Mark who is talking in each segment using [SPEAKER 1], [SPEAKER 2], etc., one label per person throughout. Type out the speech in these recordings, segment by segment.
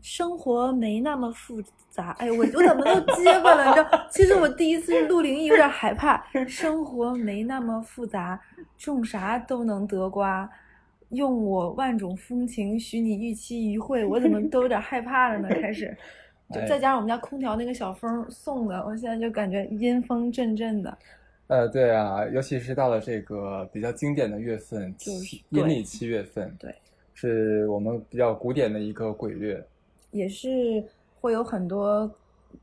[SPEAKER 1] 生活没那么复杂。哎，我我怎么都结巴了？你知道，其实我第一次录灵异有点害怕。生活没那么复杂，种啥都能得瓜。用我万种风情，许你预期一会，我怎么都有点害怕了呢？开始，就
[SPEAKER 2] 哎
[SPEAKER 1] 再加上我们家空调那个小风送的，我现在就感觉阴风阵阵的。
[SPEAKER 2] 呃，对啊，尤其是到了这个比较经典的月份，
[SPEAKER 1] 就是
[SPEAKER 2] 七
[SPEAKER 1] 对
[SPEAKER 2] 阴历七月份，
[SPEAKER 1] 对，
[SPEAKER 2] 是我们比较古典的一个鬼月。
[SPEAKER 1] 也是会有很多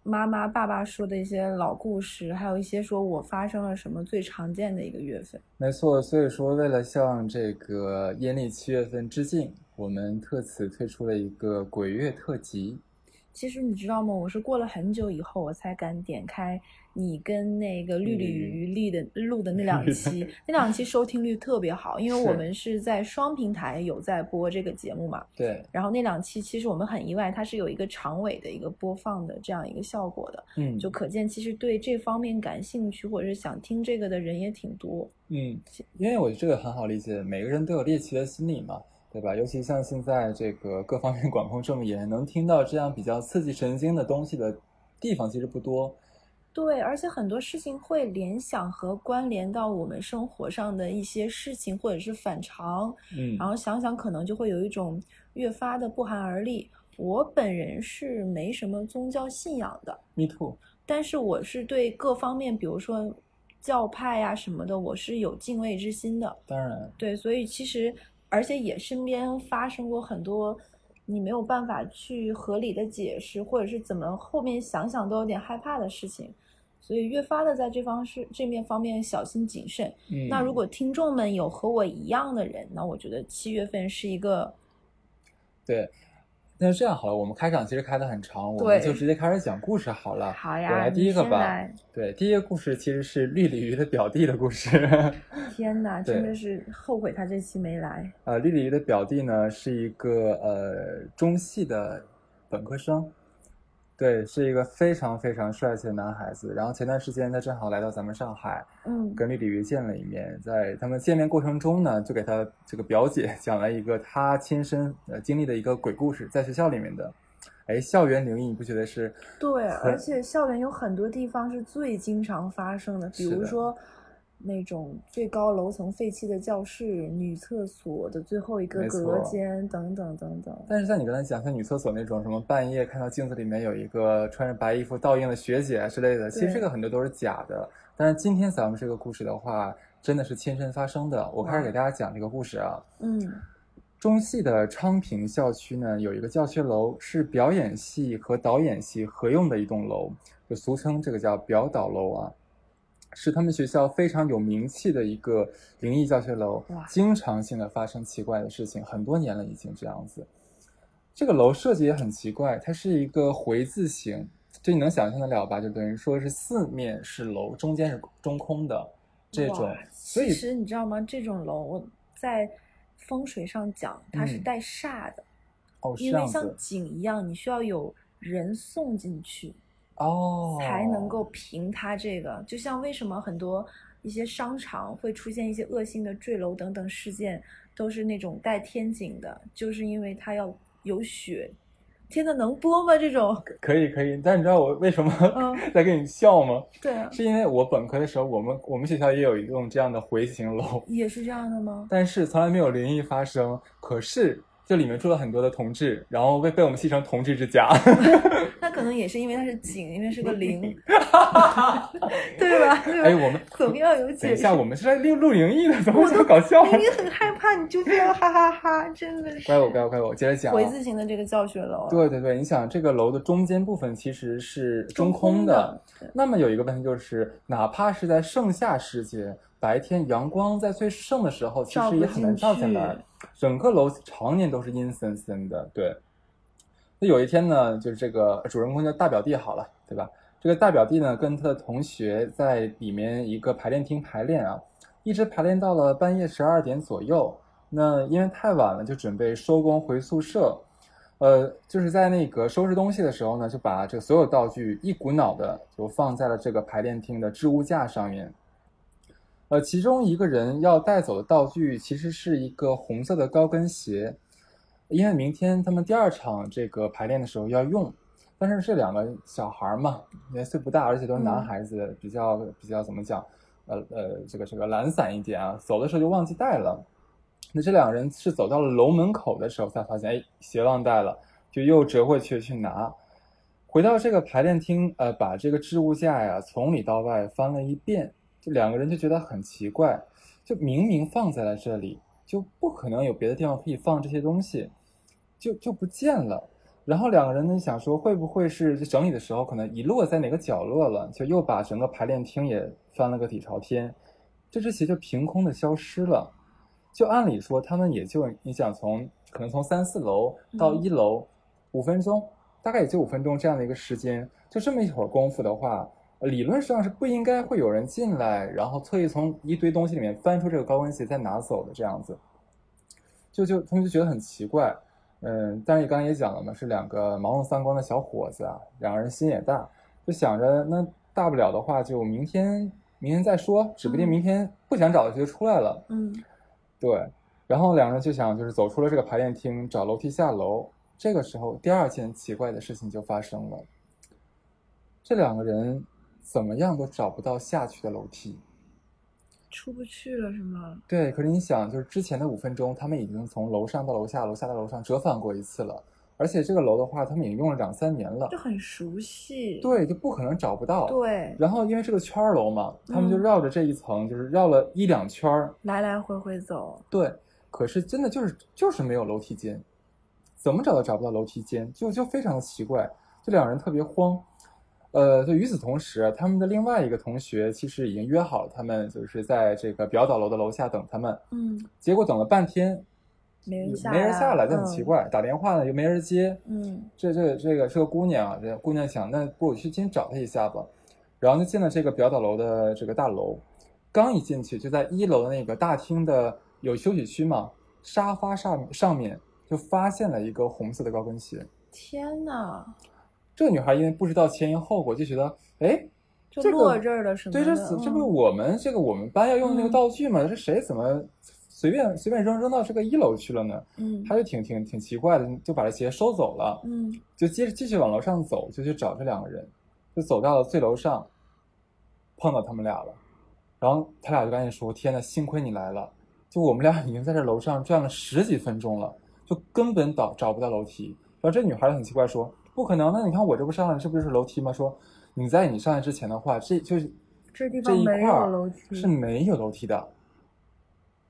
[SPEAKER 1] 妈妈、爸爸说的一些老故事，还有一些说我发生了什么最常见的一个月份。
[SPEAKER 2] 没错，所以说为了向这个阴历七月份致敬，我们特此推出了一个鬼月特辑。
[SPEAKER 1] 其实你知道吗？我是过了很久以后，我才敢点开你跟那个绿鲤鱼立的录的那两 期，那两期收听率特别好，因为
[SPEAKER 2] 是
[SPEAKER 1] 我们是在双平台有在播这个节目嘛。
[SPEAKER 2] 对，
[SPEAKER 1] 然后那两期其实我们很意外，它是有一个长尾的一个播放的这样一个效果的，
[SPEAKER 2] 嗯，
[SPEAKER 1] 就可见其实对这方面感兴趣或者是想听这个的人也挺多。
[SPEAKER 2] 嗯，因为我觉得这个很好理解，每个人都有猎奇的心理嘛，对吧？尤其像现在这个各方面管控这么严，能听到这样比较刺激神经的东西的地方其实不多。
[SPEAKER 1] 对，而且很多事情会联想和关联到我们生活上的一些事情，或者是反常，
[SPEAKER 2] 嗯，
[SPEAKER 1] 然后想想可能就会有一种越发的不寒而栗。我本人是没什么宗教信仰的，
[SPEAKER 2] me too。
[SPEAKER 1] 但是我是对各方面，比如说教派啊什么的，我是有敬畏之心的。
[SPEAKER 2] 当然，
[SPEAKER 1] 对，所以其实，而且也身边发生过很多你没有办法去合理的解释，或者是怎么后面想想都有点害怕的事情，所以越发的在这方是这面方面小心谨慎。
[SPEAKER 2] 嗯，
[SPEAKER 1] 那如果听众们有和我一样的人，那我觉得七月份是一个
[SPEAKER 2] 对，那这样好了，我们开场其实开得很长，我
[SPEAKER 1] 对
[SPEAKER 2] 们就直接开始讲故事好了。
[SPEAKER 1] 好
[SPEAKER 2] 我
[SPEAKER 1] 呀，
[SPEAKER 2] 来
[SPEAKER 1] 你
[SPEAKER 2] 第一个
[SPEAKER 1] 先
[SPEAKER 2] 吧。
[SPEAKER 1] 来。
[SPEAKER 2] 对，第一个故事其实是绿鲤鱼的表弟的故事。
[SPEAKER 1] 天哪，真
[SPEAKER 2] 对
[SPEAKER 1] 的是后悔他这期没来。
[SPEAKER 2] 呃，莉莉鱼的表弟呢是一个呃中戏的本科生，对，是一个非常非常帅气的男孩子。然后前段时间他正好来到咱们上海，
[SPEAKER 1] 嗯，
[SPEAKER 2] 跟莉莉鱼见了一面。在他们见面过程中呢，就给他这个表姐讲了一个他亲身呃经历的一个鬼故事，在学校里面的。哎，校园灵异你不觉得是？
[SPEAKER 1] 对，而
[SPEAKER 2] 很
[SPEAKER 1] 且校园有很多地方是最经常发生的，比
[SPEAKER 2] 是
[SPEAKER 1] 如
[SPEAKER 2] 的
[SPEAKER 1] 说那种最高楼层废弃的教室、女厕所的最后一个
[SPEAKER 2] 没
[SPEAKER 1] 隔
[SPEAKER 2] 错
[SPEAKER 1] 间等等等等。
[SPEAKER 2] 但是像你刚才讲，像女厕所那种什么半夜看到镜子里面有一个穿着白衣服倒映的学姐啊之类的，其实
[SPEAKER 1] 对
[SPEAKER 2] 这个很多都是假的。但是今天咱们这个故事的话，真的是亲身发生的。我开始给大家讲这个故事啊。
[SPEAKER 1] 嗯
[SPEAKER 2] 中戏的昌平校区呢，有一个教学楼，是表演系和导演系合用的一栋楼，就俗称这个叫表导楼啊，是他们学校非常有名气的一个灵异教学楼
[SPEAKER 1] 哇，
[SPEAKER 2] 经常性的发生奇怪的事情，很多年了已经这样子。这个楼设计也很奇怪，它是一个回字形，这你能想象得了吧？就等于说是四面是楼，中间是中空的这种
[SPEAKER 1] 哇，
[SPEAKER 2] 所
[SPEAKER 1] 其
[SPEAKER 2] 以
[SPEAKER 1] 实你知道吗？这种楼我在风水上讲，它是
[SPEAKER 2] 嗯
[SPEAKER 1] 带煞的，
[SPEAKER 2] 哦是
[SPEAKER 1] 因
[SPEAKER 2] 这
[SPEAKER 1] 为
[SPEAKER 2] 样
[SPEAKER 1] 像
[SPEAKER 2] 子
[SPEAKER 1] 井一样，你需要有人送进去，
[SPEAKER 2] 哦，
[SPEAKER 1] 才能够平它这个。就像为什么很多一些商场会出现一些恶性的坠楼等等事件，都是那种带天井的，就是因为它要有血。天呐，能播吗？这种？
[SPEAKER 2] 可以可以，但你知道我为什么
[SPEAKER 1] 嗯
[SPEAKER 2] 在跟你笑吗？
[SPEAKER 1] 对啊，
[SPEAKER 2] 是因为我本科的时候，我们我们学校也有一栋这样的回形楼，
[SPEAKER 1] 也是这样的吗？
[SPEAKER 2] 但是从来没有灵异发生。可是这里面住了很多的同志，然后被被我们戏称“同志之家
[SPEAKER 1] 那可能也是因为它是井，因为是个零，对吧？”。对吧？
[SPEAKER 2] 哎，我们
[SPEAKER 1] 总要有
[SPEAKER 2] 等
[SPEAKER 1] 解
[SPEAKER 2] 一
[SPEAKER 1] 释。
[SPEAKER 2] 下，我们是在录录灵异的，怎么这么搞笑？
[SPEAKER 1] 明明很害怕，你就非要哈哈哈真的是。
[SPEAKER 2] 怪我怪我怪我，接着讲啊。
[SPEAKER 1] 回字形的这个教学楼啊，
[SPEAKER 2] 对对对，你想这个楼的中间部分其实是中空的，
[SPEAKER 1] 的，对
[SPEAKER 2] 那么有一个问题就是，哪怕是在盛夏时节，白天阳光在最盛的时候，其
[SPEAKER 1] 照
[SPEAKER 2] 实
[SPEAKER 1] 不
[SPEAKER 2] 也很难
[SPEAKER 1] 进
[SPEAKER 2] 照进
[SPEAKER 1] 去
[SPEAKER 2] 来。整个楼常年都是阴森森的。对，那有一天呢，就是这个主人公叫大表弟好了，对吧？这个大表弟呢，跟他的同学在里面一个排练厅排练啊，一直排练到了半夜十二点左右。那因为太晚了，就准备收工回宿舍。呃，就是在那个收拾东西的时候呢，就把这个所有道具一股脑的就放在了这个排练厅的置物架上面。呃，其中一个人要带走的道具其实是一个红色的高跟鞋，因为明天他们第二场这个排练的时候要用，但是这两个小孩儿嘛，年岁不大，而且都是男孩子，比较比较怎么讲，呃呃，这个这个懒散一点啊，走的时候就忘记带了。那这两个人是走到了楼门口的时候才发现，哎，鞋忘带了，就又折回去去拿。回到这个排练厅，呃，把这个置物架呀从里到外翻了一遍，这两个人就觉得很奇怪，就明明放在了这里，就不可能有别的地方可以放这些东西，就就不见了。然后两个人呢想说，会不会是整理的时候可能遗落在哪个角落了，就又把整个排练厅也翻了个底朝天，这只鞋就凭空的消失了。就按理说，他们也就你想从可能从三四楼到一楼，五、分钟，大概也就五分钟这样的一个时间，就这么一会儿功夫的话，理论上是不应该会有人进来，然后特意从一堆东西里面翻出这个高跟鞋再拿走的这样子。就就他们就觉得很奇怪，嗯，但是你刚才也讲了嘛，是两个盲目三观的小伙子啊，两个人心也大，就想着那大不了的话就明天明天再说，指不定
[SPEAKER 1] 嗯
[SPEAKER 2] 明天不想找的时候就出来了。
[SPEAKER 1] 嗯
[SPEAKER 2] 对，然后两个人就想，就是走出了这个排练厅，找楼梯下楼。这个时候，第二件奇怪的事情就发生了，这两个人怎么样都找不到下去的楼梯。
[SPEAKER 1] 出不去了是吗？
[SPEAKER 2] 对，可是你想，就是之前的五分钟，他们已经从楼上到楼下，楼下到楼上折返过一次了，而且这个楼的话，他们已经用了两三年了
[SPEAKER 1] 就，很熟悉。
[SPEAKER 2] 对，就不可能找不到。
[SPEAKER 1] 对，
[SPEAKER 2] 然后因为是个圈儿楼嘛，他们就
[SPEAKER 1] 嗯
[SPEAKER 2] 绕着这一层，就是绕了一两圈儿，
[SPEAKER 1] 来来回回走，
[SPEAKER 2] 对，可是真的就是就是没有楼梯间，怎么找都找不到楼梯间，就就非常的奇怪，这两人特别慌。呃，就与此同时啊，他们的另外一个同学其实已经约好了，他们就是在这个表导楼的楼下等他们，
[SPEAKER 1] 嗯，
[SPEAKER 2] 结果等了半天，
[SPEAKER 1] 没人下，
[SPEAKER 2] 没人下来，就很
[SPEAKER 1] 嗯
[SPEAKER 2] 奇。怪，打电话呢又没人接，
[SPEAKER 1] 嗯
[SPEAKER 2] 这这这个是个姑娘啊，这姑娘想，那不如去进去找她一下吧。然后就进了这个表导楼的这个大楼，刚一进去就在一楼的那个大厅的有休息区嘛，沙发上上面就发现了一个红色的高跟鞋。
[SPEAKER 1] 天哪，
[SPEAKER 2] 这个女孩因为不知道前因后果，就觉得，哎，
[SPEAKER 1] 就
[SPEAKER 2] 这个
[SPEAKER 1] 落这儿了什么
[SPEAKER 2] 对，
[SPEAKER 1] 的？
[SPEAKER 2] 这怎这不是
[SPEAKER 1] 嗯
[SPEAKER 2] 我们这个我们班要用的那个
[SPEAKER 1] 嗯
[SPEAKER 2] 道具吗？这谁怎么随便随便扔扔到这个一楼去了呢？
[SPEAKER 1] 嗯
[SPEAKER 2] 她就挺挺挺奇怪的，就把这鞋收走了。
[SPEAKER 1] 嗯
[SPEAKER 2] 就接着继续往楼上走，就去找这两个人，就走到了最楼上，碰到他们俩了。然后他俩就赶紧说：“天呐，幸亏你来了！就我们俩已经在这楼上转了十几分钟了，就根本找找不到楼梯。”然后这女孩很奇怪说：“不可能！那你看我这不上来，这不就是楼梯吗？”说：“你在你上来之前的话，这就是
[SPEAKER 1] 这地
[SPEAKER 2] 这
[SPEAKER 1] 方
[SPEAKER 2] 一
[SPEAKER 1] 没
[SPEAKER 2] 块
[SPEAKER 1] 有
[SPEAKER 2] 儿
[SPEAKER 1] 楼梯，
[SPEAKER 2] 是没有楼梯的。”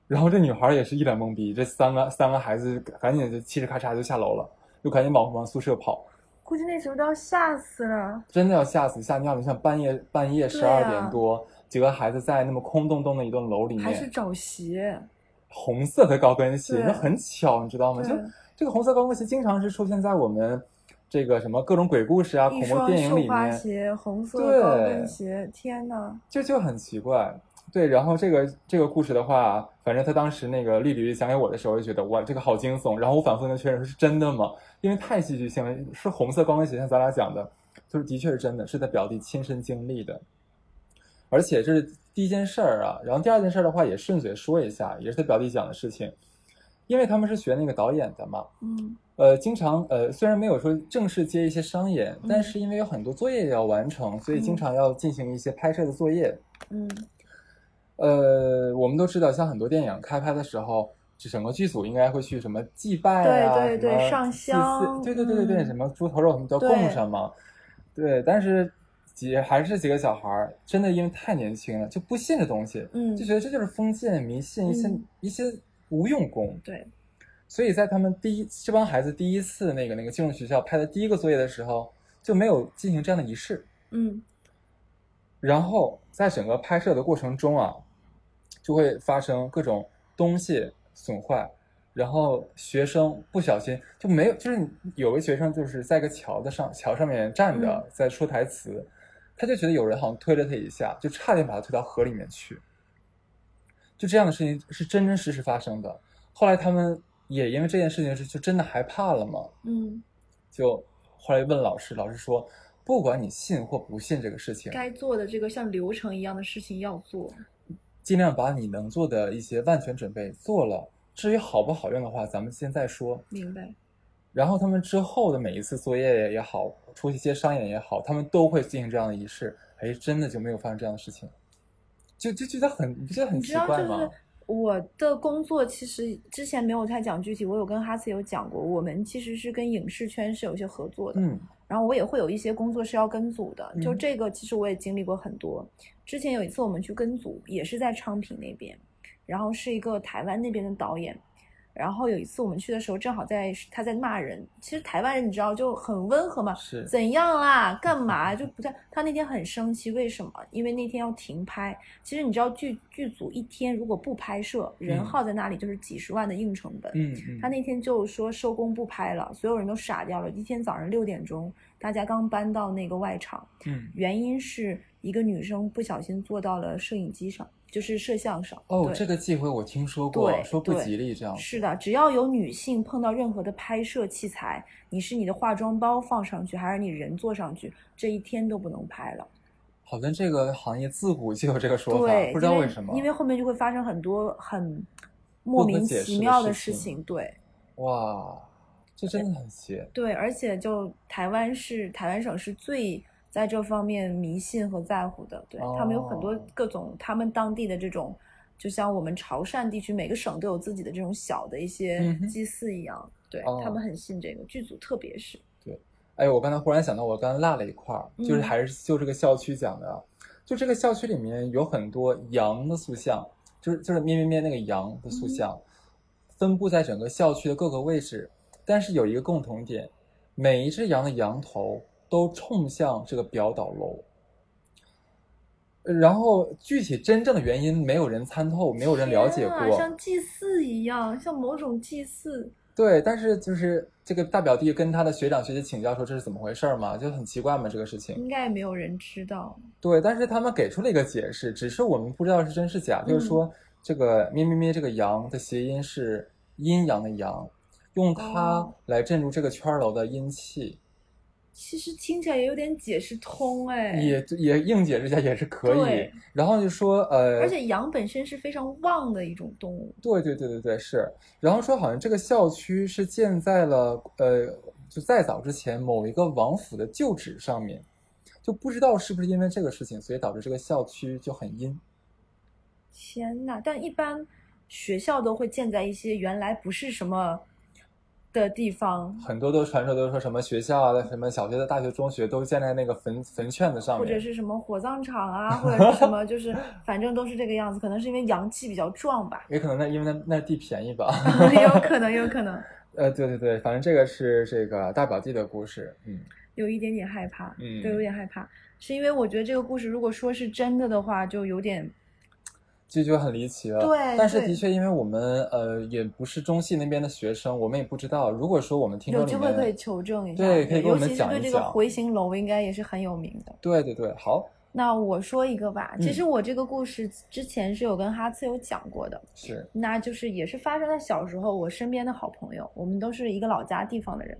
[SPEAKER 2] 然后这女孩也是一脸懵逼，这三个三个孩子赶紧就嘁哧咔嚓就下楼了，就赶紧往往宿舍跑。
[SPEAKER 1] 估计那时候都要吓死了。
[SPEAKER 2] 真的要吓死吓尿了！你像半夜半
[SPEAKER 1] 对
[SPEAKER 2] 夜十二
[SPEAKER 1] 啊
[SPEAKER 2] 点多，几个孩子在那么空洞洞的一栋楼里
[SPEAKER 1] 还是
[SPEAKER 2] 面，
[SPEAKER 1] 找鞋，
[SPEAKER 2] 红色的高跟鞋，
[SPEAKER 1] 对
[SPEAKER 2] 那很巧，你知道吗？
[SPEAKER 1] 对
[SPEAKER 2] 哦就这个红色高跟鞋经常是出现在我们这个什么各种鬼故事啊、恐
[SPEAKER 1] 一
[SPEAKER 2] 怖
[SPEAKER 1] 双
[SPEAKER 2] 电影
[SPEAKER 1] 绣
[SPEAKER 2] 里
[SPEAKER 1] 花
[SPEAKER 2] 面，
[SPEAKER 1] 鞋，红
[SPEAKER 2] 对
[SPEAKER 1] 色高跟鞋，天哪！
[SPEAKER 2] 就就很奇怪。对，然后这个这个故事的话，反正他当时那个丽丽讲给我的时候，就觉得哇，这个好惊悚。然后我反复跟确认说是真的吗？因为太戏剧性了，是红色高跟鞋，像咱俩讲的，就是的确是真的，是他表弟亲身经历的。而且这是第一件事儿啊，然后第二件事儿的话也顺嘴说一下，也是他表弟讲的事情，因为他们是学那个导演的嘛，
[SPEAKER 1] 嗯
[SPEAKER 2] 呃，经常呃虽然没有说正式接一些商演，
[SPEAKER 1] 嗯
[SPEAKER 2] 但是因为有很多作业要完成，所以经
[SPEAKER 1] 嗯
[SPEAKER 2] 常要进行一些拍摄的作业。
[SPEAKER 1] 嗯，
[SPEAKER 2] 呃，我们都知道，像很多电影开拍的时候，这整个剧组应该会去什么祭拜啊，
[SPEAKER 1] 对对
[SPEAKER 2] 什么
[SPEAKER 1] 对上
[SPEAKER 2] 祭祀
[SPEAKER 1] 香
[SPEAKER 2] 对对对对对，
[SPEAKER 1] 嗯
[SPEAKER 2] 什么猪头肉什么都要
[SPEAKER 1] 对
[SPEAKER 2] 供上嘛。对，但是几还是几个小孩儿，真的因为太年轻了，就不信这东西，
[SPEAKER 1] 嗯
[SPEAKER 2] 就觉得这就是封建迷信，一些、
[SPEAKER 1] 嗯
[SPEAKER 2] 一些无用功。
[SPEAKER 1] 对，
[SPEAKER 2] 所以在他们第一这帮孩子第一次那个那个进入学校拍的第一个作业的时候，就没有进行这样的仪式。
[SPEAKER 1] 嗯
[SPEAKER 2] 然后在整个拍摄的过程中啊，就会发生各种东西损坏，然后学生不小心就没有，就是有个学生就是在一个桥的上桥上面站着
[SPEAKER 1] 嗯
[SPEAKER 2] 在说台词，他就觉得有人好像推了他一下，就差点把他推到河里面去。就这样的事情是真真实实发生的。后来他们也因为这件事情是就真的害怕了嘛，
[SPEAKER 1] 嗯，
[SPEAKER 2] 就后来问老师，老师说不管你信或不信这个事情，
[SPEAKER 1] 该做的这个像流程一样的事情要做，
[SPEAKER 2] 尽量把你能做的一些万全准备做了，至于好不好用的话，咱们先再说。
[SPEAKER 1] 明白。
[SPEAKER 2] 然后他们之后的每一次作业也好，出去接商演也好，他们都会进行这样的仪式。哎，真的就没有发生这样的事情，就就觉得很，你不觉得很
[SPEAKER 1] 你知
[SPEAKER 2] 奇
[SPEAKER 1] 道，
[SPEAKER 2] 怪
[SPEAKER 1] 就
[SPEAKER 2] 吗？
[SPEAKER 1] 是我的工作其实之前没有太讲具体，我有跟哈斯有讲过，我们其实是跟影视圈是有一些合作的，
[SPEAKER 2] 嗯
[SPEAKER 1] 然后我也会有一些工作是要跟组的，就
[SPEAKER 2] 嗯
[SPEAKER 1] 这个其实我也经历过很多。之前有一次我们去跟组，也是在昌平那边，然后是一个台湾那边的导演。然后有一次我们去的时候，正好在他在骂人。其实台湾人你知道就很温和嘛，
[SPEAKER 2] 是
[SPEAKER 1] 怎样啦？
[SPEAKER 2] 嗯
[SPEAKER 1] 干嘛？就不在。他那天很生气，为什么？因为那天要停拍。其实你知道剧剧组一天如果不拍摄，人
[SPEAKER 2] 嗯
[SPEAKER 1] 耗在那里就是几十万的硬成本。
[SPEAKER 2] 嗯嗯，
[SPEAKER 1] 他那天就说收工不拍了，所有人都傻掉了。一天早上六点钟，大家刚搬到那个外场，
[SPEAKER 2] 嗯
[SPEAKER 1] 原因是一个女生不小心坐到了摄影机上，就是摄像上。
[SPEAKER 2] 哦，
[SPEAKER 1] 对
[SPEAKER 2] 这个忌讳我听说过
[SPEAKER 1] 对，
[SPEAKER 2] 说不
[SPEAKER 1] 对
[SPEAKER 2] 吉利这样子。
[SPEAKER 1] 是的，只要有女性碰到任何的拍摄器材，你是你的化妆包放上去，还是你人坐上去，这一天都不能拍了。
[SPEAKER 2] 好像这个行业自古就有这个说法，
[SPEAKER 1] 对，
[SPEAKER 2] 不知道
[SPEAKER 1] 因
[SPEAKER 2] 为什么。
[SPEAKER 1] 因为后面就会发生很多很
[SPEAKER 2] 不
[SPEAKER 1] 莫
[SPEAKER 2] 可
[SPEAKER 1] 名
[SPEAKER 2] 解释
[SPEAKER 1] 其
[SPEAKER 2] 的
[SPEAKER 1] 妙
[SPEAKER 2] 事
[SPEAKER 1] 的事
[SPEAKER 2] 情
[SPEAKER 1] 情。对，
[SPEAKER 2] 哇，这真的很邪。
[SPEAKER 1] 对，而且就台湾是台湾省是最在这方面迷信和在乎的，对，他们有很多
[SPEAKER 2] 哦
[SPEAKER 1] 各种他们当地的这种，就像我们潮汕地区每个省都有自己的这种小的一些
[SPEAKER 2] 嗯哼
[SPEAKER 1] 祭祀一样，对他
[SPEAKER 2] 哦
[SPEAKER 1] 们很信这个，剧组特别是，
[SPEAKER 2] 哎，我刚才忽然想到，我刚才落了一块儿，就
[SPEAKER 1] 嗯
[SPEAKER 2] 是还是就这个校区讲的啊，就这个校区里面有很多羊的塑像，就是就是咩咩咩那个羊的
[SPEAKER 1] 嗯
[SPEAKER 2] 塑像，分布在整个校区的各个位置，但是有一个共同点，每一只羊的羊头都冲向这个表导楼。呃然后具体真正的原因，没有人参透，没有人了解
[SPEAKER 1] 天
[SPEAKER 2] 过。
[SPEAKER 1] 啊像祭祀一样，像某种祭祀，
[SPEAKER 2] 对，但是就是这个大表弟跟他的学长学姐请教说这是怎么回事儿嘛，就很奇怪嘛这个事情。
[SPEAKER 1] 应该也没有人知道，
[SPEAKER 2] 对，但是他们给出了一个解释，只是我们不知道是真是假，
[SPEAKER 1] 嗯
[SPEAKER 2] 就是说这个咩咩咩这个羊的谐音是阴阳的阳，用它
[SPEAKER 1] 哦
[SPEAKER 2] 来镇住这个圈儿楼的阴气，
[SPEAKER 1] 其实听起来也有点解释通哎，
[SPEAKER 2] 也也硬解释一下也是可以
[SPEAKER 1] 对。
[SPEAKER 2] 然后就说呃，
[SPEAKER 1] 而且羊本身是非常旺的一种动物，
[SPEAKER 2] 对对对对对，是。然后说好像这个校区是建在了呃，就再早之前某一个王府的旧址上面，就不知道是不是因为这个事情，所以导致这个校区就很阴。
[SPEAKER 1] 天呐，但一般学校都会建在一些原来不是什么的地方，
[SPEAKER 2] 很多都传说都说什么学校啊，什么小学的、大学、中学都建在那个坟坟圈子上
[SPEAKER 1] 或
[SPEAKER 2] 面。
[SPEAKER 1] 者是什么火葬场啊，或者是什 么，就是反正都是这个样子。可能是因为阳气比较壮 吧，
[SPEAKER 2] 也可能那因为那那地便宜吧，
[SPEAKER 1] 有可能，有可能
[SPEAKER 2] 呃，对对对，反正这个是这个大表弟的故事，嗯
[SPEAKER 1] 有一点点害怕，
[SPEAKER 2] 嗯，
[SPEAKER 1] 对，有点害怕，是因为我觉得这个故事如果说是真的的话，就有点
[SPEAKER 2] 这就很离奇了。
[SPEAKER 1] 对
[SPEAKER 2] 但是
[SPEAKER 1] 对
[SPEAKER 2] 的确，因为我们呃也不是中戏那边的学生，我们也不知道。如果说我们听众
[SPEAKER 1] 有
[SPEAKER 2] 里
[SPEAKER 1] 机
[SPEAKER 2] 面，
[SPEAKER 1] 会可以求证一下，
[SPEAKER 2] 对可以给我
[SPEAKER 1] 尤
[SPEAKER 2] 们
[SPEAKER 1] 其是
[SPEAKER 2] 讲
[SPEAKER 1] 对
[SPEAKER 2] 一
[SPEAKER 1] 这个
[SPEAKER 2] 讲
[SPEAKER 1] 回形楼应该也是很有名的。
[SPEAKER 2] 对对对，好，
[SPEAKER 1] 那我说一个吧，其
[SPEAKER 2] 嗯
[SPEAKER 1] 实我这个故事之前是有跟哈次有讲过的，
[SPEAKER 2] 是，
[SPEAKER 1] 那就是也是发生在小时候，我身边的好朋友，我们都是一个老家地方的人，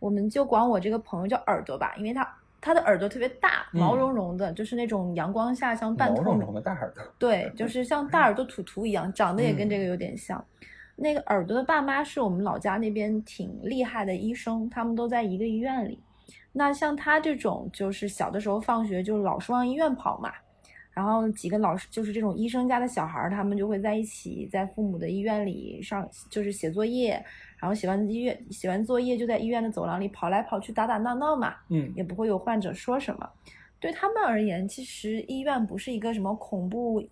[SPEAKER 1] 我们就管我这个朋友叫耳朵吧，因为他他的耳朵特别大，
[SPEAKER 2] 嗯
[SPEAKER 1] 毛茸茸的，就是那种阳光下像半
[SPEAKER 2] 毛
[SPEAKER 1] 透
[SPEAKER 2] 茸
[SPEAKER 1] 明
[SPEAKER 2] 茸，的大耳朵，
[SPEAKER 1] 对，就是像大耳朵图图一样，长得也跟
[SPEAKER 2] 嗯
[SPEAKER 1] 这个有点像。那个耳朵的爸妈是我们老家那边挺厉害的医生，他们都在一个医院里。那像他这种，就是小的时候放学就老是往医院跑嘛，然后几个老师就是这种医生家的小孩儿，他们就会在一起在父母的医院里上，就是写作业，然后写完医院写完作业就在医院的走廊里跑来跑去打打闹闹嘛。
[SPEAKER 2] 嗯
[SPEAKER 1] 也不会有患者说什么。对他们而言，其实医院不是一个什么恐怖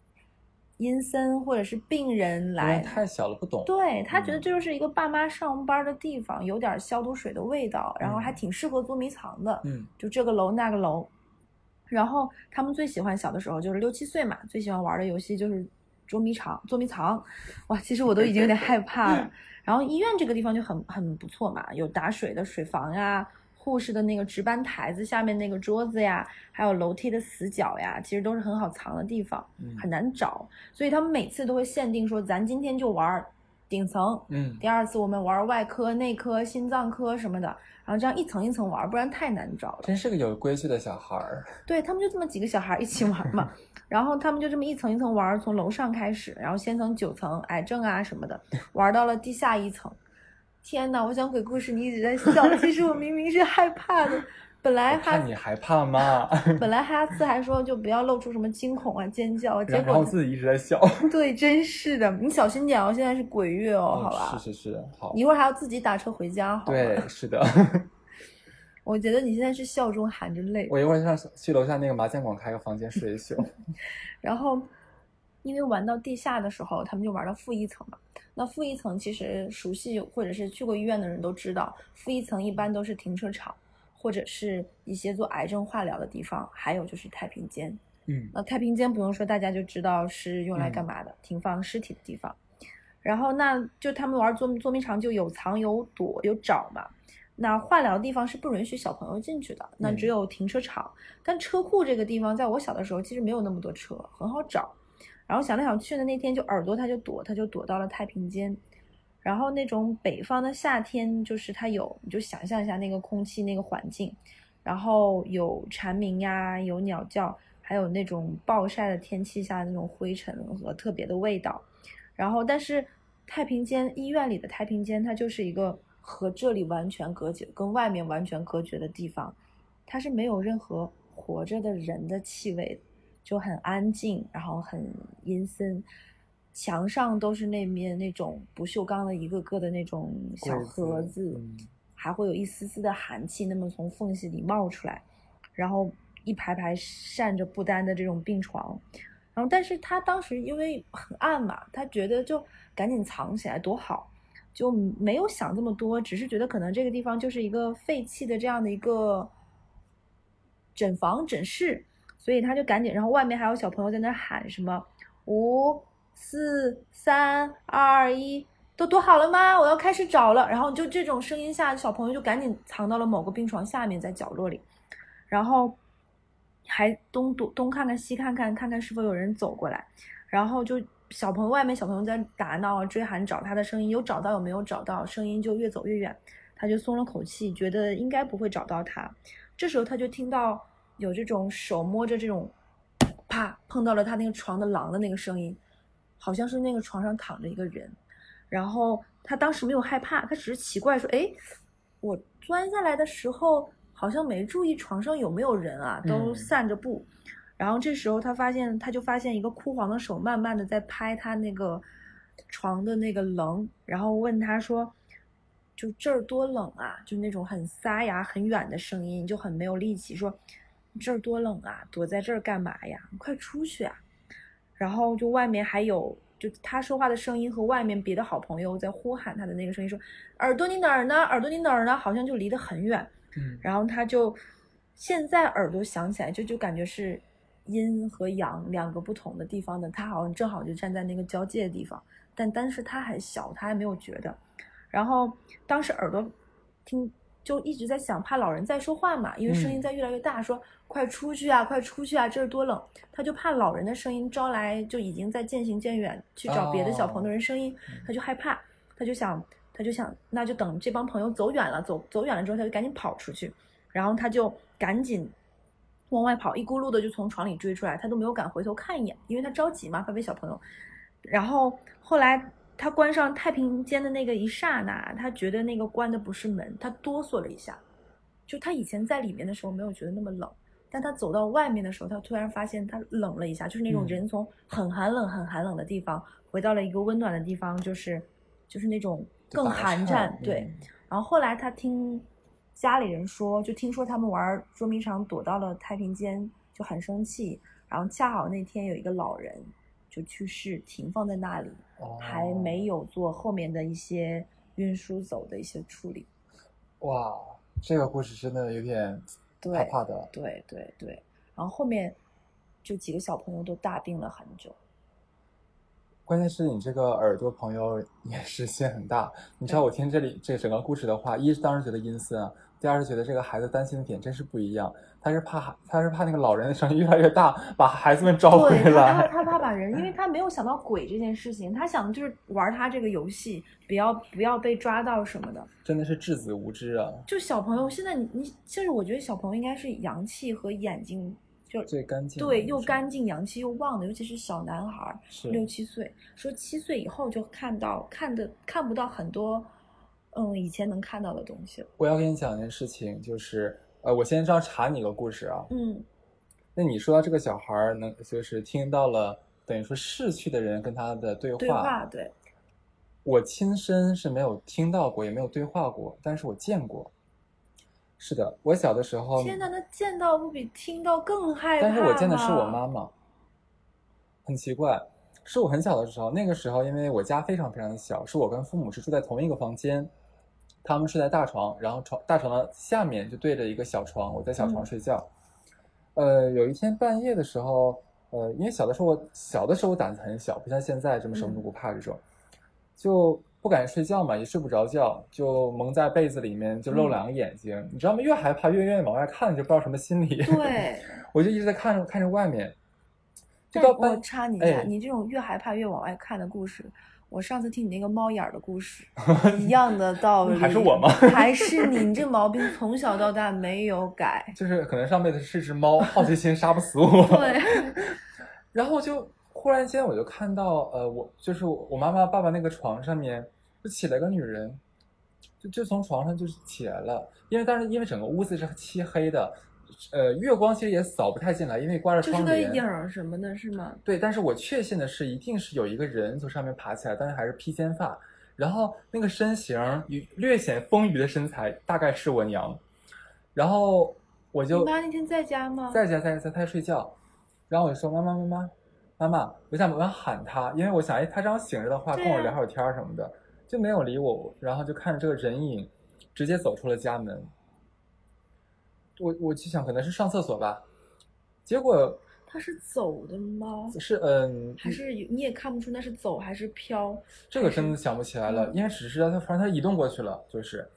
[SPEAKER 1] 阴森或者是病人
[SPEAKER 2] 因 为
[SPEAKER 1] 来，
[SPEAKER 2] 太小了不懂，
[SPEAKER 1] 对他觉得
[SPEAKER 2] 嗯
[SPEAKER 1] 这就是一个爸妈上班的地方，有点消毒水的味道，然后还
[SPEAKER 2] 嗯
[SPEAKER 1] 挺适合捉迷藏的。
[SPEAKER 2] 嗯
[SPEAKER 1] 就这个楼那个楼。然后他们最喜欢小的时候就是六七岁嘛，最喜欢玩的游戏就是捉迷藏、捉迷藏。哇，其实我都已经有点害怕了。然后医院这个地方就很很不错嘛，有打水的水房呀，护士的那个值班台子下面那个桌子呀，还有楼梯的死角呀，其实都是很好藏的地方，
[SPEAKER 2] 嗯
[SPEAKER 1] 很难找。所以他们每次都会限定说，咱今天就玩顶层，
[SPEAKER 2] 嗯
[SPEAKER 1] 第二次我们玩外科、内科、心脏科什么的，然后这样一层一层玩，不然太难找了。
[SPEAKER 2] 真是个有规矩的小孩儿。
[SPEAKER 1] 对他们就这么几个小孩一起玩 嘛，然后他们就这么一层一层玩，从楼上开始，然后先从九层癌症啊什 么的玩到了地下一层。天哪，我讲鬼故事你一直在笑，其实我明明是害怕的。本来
[SPEAKER 2] 我
[SPEAKER 1] 哈
[SPEAKER 2] 看你害怕吗？
[SPEAKER 1] 本来哈斯还说就不要露出什么惊恐啊、尖叫 啊，结
[SPEAKER 2] 然
[SPEAKER 1] 果
[SPEAKER 2] 后
[SPEAKER 1] 呢
[SPEAKER 2] 自己一直在笑。
[SPEAKER 1] 对，真是的，你小心点哦，现在是鬼月哦，好吧？
[SPEAKER 2] 嗯是是是，好
[SPEAKER 1] 你。一会儿还要自己打车回家，好吧？
[SPEAKER 2] 对，是的，
[SPEAKER 1] 我觉得你现在是笑中含着泪。
[SPEAKER 2] 我一会儿上去楼下那个麻将馆开个房间睡 一宿。
[SPEAKER 1] 然后，因为玩到地下的时候，他们就玩到负一层嘛。那负一层其实熟悉或者是去过医院的人都知道，负一层一般都是停车场，或者是一些做癌症化疗的地方，还有就是太平间。
[SPEAKER 2] 嗯
[SPEAKER 1] 那太平间不用说，大家就知道是用来干嘛的，停放尸体的地方。然后那就他们玩捉捉迷藏就有藏有躲有找嘛。那化疗地方是不允许小朋友进去的，那
[SPEAKER 2] 嗯
[SPEAKER 1] 只有停车场。但车库这个地方，在我小的时候其实没有那么多车，很好找。然后想来想去呢，那天就耳朵他就躲，他就躲到了太平间。然后那种北方的夏天，就是它有，你就想象一下那个空气那个环境，然后有蝉鸣呀，有鸟叫，还有那种暴晒的天气下的那种灰尘和特别的味道。然后，但是太平间医院里的太平间，它就是一个和这里完全隔绝、跟外面完全隔绝的地方，它是没有任何活着的人的气味的，就很安静，然后很阴森。墙上都是那面那种不锈钢的一个个的那种小
[SPEAKER 2] 柜子
[SPEAKER 1] 盒子，
[SPEAKER 2] 嗯
[SPEAKER 1] 还会有一丝丝的寒气那么从缝隙里冒出来，然后一排排扇着不丹的这种病床，然后但是他当时因为很暗嘛，他觉得就赶紧藏起来多好，就没有想这么多，只是觉得可能这个地方就是一个废弃的这样的一个诊房诊室，所以他就赶紧，然后外面还有小朋友在那喊什么五四三二一。都躲好了吗？我要开始找了。然后就这种声音下，小朋友就赶紧藏到了某个病床下面，在角落里。然后还东躲东看看西看看，看看是否有人走过来，然后就小朋友外面小朋友在打闹啊、追喊找他的声音，有找到有没有找到，声音就越走越远，他就松了口气，觉得应该不会找到他。这时候他就听到有这种手摸着这种啪碰到了他那个床的狼的那个声音，好像是那个床上躺着一个人。然后他当时没有害怕，他只是奇怪说：“哎，我钻下来的时候好像没注意床上有没有人啊，都
[SPEAKER 2] 嗯
[SPEAKER 1] 散着步。然后这时候他发现，他就发现一个枯黄的手慢慢的在拍他那个床的那个棱，然后问他说：“就这儿多冷啊！”就那种很沙哑、很远的声音，就很没有力气说：“这儿多冷啊，躲在这儿干嘛呀？快出去啊！”然后就外面还有，就他说话的声音和外面别的好朋友在呼喊他的那个声音说：“耳朵你哪儿呢？耳朵你哪儿呢？”好像就离得很远。
[SPEAKER 2] 嗯
[SPEAKER 1] 然后他就现在耳朵想起来，就就感觉是阴和阳两个不同的地方的，他好像正好就站在那个交界的地方，但但是他还小，他还没有觉得。然后当时耳朵听就一直在想，怕老人在说话嘛，因为声音
[SPEAKER 2] 嗯
[SPEAKER 1] 在越来越大，说快出去啊，快出去啊，这儿多冷。他就怕老人的声音招来就已经在渐行渐远去找别的小朋友的人声音，
[SPEAKER 2] 哦
[SPEAKER 1] 他就害怕，他就想他就想那就等这帮朋友走远了，走走远了之后他就赶紧跑出去，然后他就赶紧往外跑，一咕噜的就从床里追出来，他都没有敢回头看一眼，因为他着急嘛，怕被小朋友。然后后来他关上太平间的那个一刹那，他觉得那个关的不是门，他哆嗦了一下，就他以前在里面的时候没有觉得那么冷。但他走到外面的时候，他突然发现他冷了一下，就是那种
[SPEAKER 2] 嗯
[SPEAKER 1] 人从很寒冷、很寒冷的地方回到了一个温暖的地方，就是就是那种
[SPEAKER 2] 就
[SPEAKER 1] 更
[SPEAKER 2] 打个
[SPEAKER 1] 寒
[SPEAKER 2] 颤
[SPEAKER 1] 战，对，
[SPEAKER 2] 嗯
[SPEAKER 1] 然后后来他听家里人说，就听说他们玩捉迷藏躲到了太平间，就很生气。然后恰好那天有一个老人就去世，停放在那里，
[SPEAKER 2] 哦
[SPEAKER 1] 还没有做后面的一些运输走的一些处理。
[SPEAKER 2] 哇，这个故事真的有点
[SPEAKER 1] 对
[SPEAKER 2] 怕怕的。
[SPEAKER 1] 对对对，然后后面就几个小朋友都大病了很久。
[SPEAKER 2] 关键是你这个耳朵朋友也是心很大。你知道我听这里这整个故事的话，一是当时觉得阴森啊，第二是觉得这个孩子担心的点真是不一样，他是怕他是怕那个老人的声音越来越大，把孩子们招哦回
[SPEAKER 1] 对他他
[SPEAKER 2] 来。嗯
[SPEAKER 1] 他怕把人，因为他没有想到鬼这件事情，他想就是玩他这个游戏，不要不要被抓到什么的。
[SPEAKER 2] 真的是稚子无知啊，
[SPEAKER 1] 就小朋友现在你你，其实我觉得小朋友应该是阳气和眼睛就
[SPEAKER 2] 最干净的
[SPEAKER 1] 对
[SPEAKER 2] 那
[SPEAKER 1] 又
[SPEAKER 2] 种
[SPEAKER 1] 干净、阳气又旺的，尤其是小男孩儿
[SPEAKER 2] 是
[SPEAKER 1] 六七岁，说七岁以后就看到看的看不到很多嗯以前能看到的东西了。
[SPEAKER 2] 我要跟你讲一件事情，就是呃，我先是要查你一个故事啊。
[SPEAKER 1] 嗯，
[SPEAKER 2] 那你说到这个小孩儿，能就是听到了等于说逝去的人跟他的对话，
[SPEAKER 1] 对话对，
[SPEAKER 2] 我亲身是没有听到过，也没有对话过，但是我见过。是的，我小的时候，
[SPEAKER 1] 天呐，那见到不比听到更害怕
[SPEAKER 2] 但
[SPEAKER 1] 吗？
[SPEAKER 2] 是我见的是我妈妈，很奇怪，是我很小的时候，那个时候因为我家非常非常的小，是我跟父母是住在同一个房间，他们睡在大床，然后床大床的下面就对着一个小床，我在小床
[SPEAKER 1] 嗯
[SPEAKER 2] 睡觉。呃，有一天半夜的时候，呃，因为小的时候我小的时候我胆子很小，不像现在这么什
[SPEAKER 1] 嗯
[SPEAKER 2] 么都不怕这种，就不敢睡觉嘛，也睡不着觉，就蒙在被子里面，就
[SPEAKER 1] 嗯
[SPEAKER 2] 露两个眼睛，你知道吗？越害怕越愿意往外看，就不知道什么心理。
[SPEAKER 1] 对。
[SPEAKER 2] 我就一直在看着看着外面，就
[SPEAKER 1] 但
[SPEAKER 2] 到
[SPEAKER 1] 我
[SPEAKER 2] 半
[SPEAKER 1] 插你一下，
[SPEAKER 2] 哎
[SPEAKER 1] 你这种越害怕越往外看的故事，我上次听你那个猫眼儿的故 事一样的道理，
[SPEAKER 2] 嗯还是我吗。
[SPEAKER 1] 还是你，你这毛病从小到大没有改
[SPEAKER 2] 就是可能上辈子是只猫，好奇心杀不死我。
[SPEAKER 1] 对，
[SPEAKER 2] 然后就忽然间我就看到，呃，我就是我妈妈爸爸那个床上面就起来个女人，就就从床上就是起来了，因为但是因为整个屋子是漆黑的，呃，月光其实也扫不太进来，因为挂着
[SPEAKER 1] 就是
[SPEAKER 2] 窗
[SPEAKER 1] 个
[SPEAKER 2] 帘。
[SPEAKER 1] 影儿什么的，是吗？
[SPEAKER 2] 对，但是我确信的是，一定是有一个人从上面爬起来，但是还是披肩发，然后那个身形与略显丰腴的身材，大概是我娘。然后我
[SPEAKER 1] 你
[SPEAKER 2] 就
[SPEAKER 1] 妈那天在家吗？
[SPEAKER 2] 在家在家在她睡觉，然后我就说妈妈妈妈妈妈，我想我想喊她，因为我想哎她这样醒着的话，
[SPEAKER 1] 对啊
[SPEAKER 2] 跟我
[SPEAKER 1] 呀
[SPEAKER 2] 聊会儿天儿什么的，就没有理我，然后就看着这个人影直接走出了家门。我我就想可能是上厕所吧，结果
[SPEAKER 1] 它是走的吗？
[SPEAKER 2] 是嗯，
[SPEAKER 1] 还是有你也看不出那是走还是飘？
[SPEAKER 2] 这个真的想不起来了，
[SPEAKER 1] 嗯
[SPEAKER 2] 因为只是他，反正他移动过去了，就是，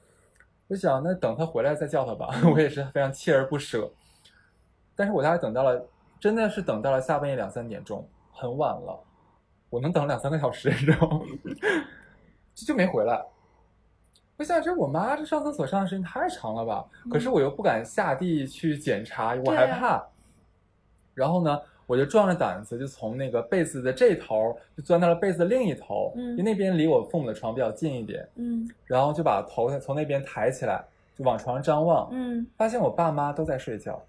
[SPEAKER 2] 我想那等他回来再叫他吧， 我也是非常锲而不舍，但是我大概等到了，真的是等到了下半夜两三点钟，很晚了，我能等两三个小时，你 知道吗？就就没回来。我想这我妈这上厕所上的时间太长了吧，可是我又不敢下地去检查，我害
[SPEAKER 1] 嗯对啊
[SPEAKER 2] 怕。然后呢，我就壮着胆子就从那个被子的这头就钻到了被子的另一头，
[SPEAKER 1] 嗯
[SPEAKER 2] 因为那边离我父母的床比较近一点，
[SPEAKER 1] 嗯
[SPEAKER 2] 然后就把头从那边抬起来，就往床上张望，
[SPEAKER 1] 嗯，
[SPEAKER 2] 发现我爸妈都在睡觉，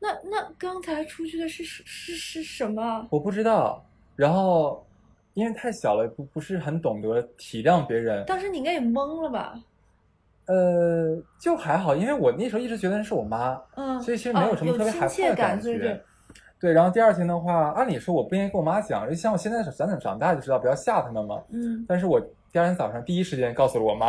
[SPEAKER 1] 那那刚才出去的是是是是什么？
[SPEAKER 2] 我不知道。然后因为太小了，不不是很懂得体谅别人，
[SPEAKER 1] 当时你应该也懵了吧？
[SPEAKER 2] 呃，就还好，因为我那时候一直觉得那是我妈，
[SPEAKER 1] 嗯，
[SPEAKER 2] 所以其实没
[SPEAKER 1] 哦
[SPEAKER 2] 什么特别
[SPEAKER 1] 亲
[SPEAKER 2] 害怕的
[SPEAKER 1] 切
[SPEAKER 2] 感
[SPEAKER 1] 感，
[SPEAKER 2] 觉。
[SPEAKER 1] 所以这
[SPEAKER 2] 对，然后第二天的话，按理说我不应该跟我妈讲，像我现在咱长大就知道不要吓他们嘛。
[SPEAKER 1] 嗯
[SPEAKER 2] 但是我第二天早上第一时间告诉了我妈，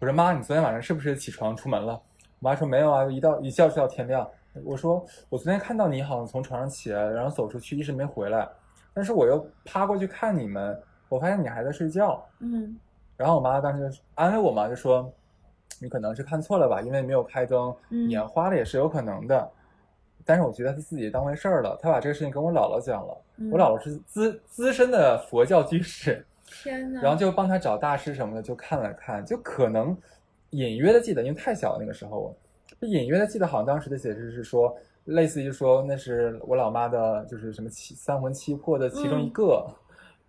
[SPEAKER 2] 我说妈，你昨天晚上是不是起床出门了？我妈说没有啊，一到一觉睡到天亮。我说我昨天看到你好像从床上起来，然后走出去，一直没回来。但是我又趴过去看你们，我发现你还在睡觉。
[SPEAKER 1] 嗯
[SPEAKER 2] 然后我妈当时就安慰我嘛，就说你可能是看错了吧，因为没有开灯，
[SPEAKER 1] 嗯
[SPEAKER 2] 眼花了也是有可能的。但是我觉得她自己当回事儿了，她把这个事情跟我姥姥讲了。
[SPEAKER 1] 嗯，
[SPEAKER 2] 我姥姥是资资深的佛教居士，
[SPEAKER 1] 天呐，
[SPEAKER 2] 然后就帮他找大师什么的，就看了看，就可能隐约的记得，因为太小了那个时候我，就隐约的记得好像当时的解释是说，类似于说那是我老妈的，就是什么七三魂七魄的其中一
[SPEAKER 1] 嗯
[SPEAKER 2] 个，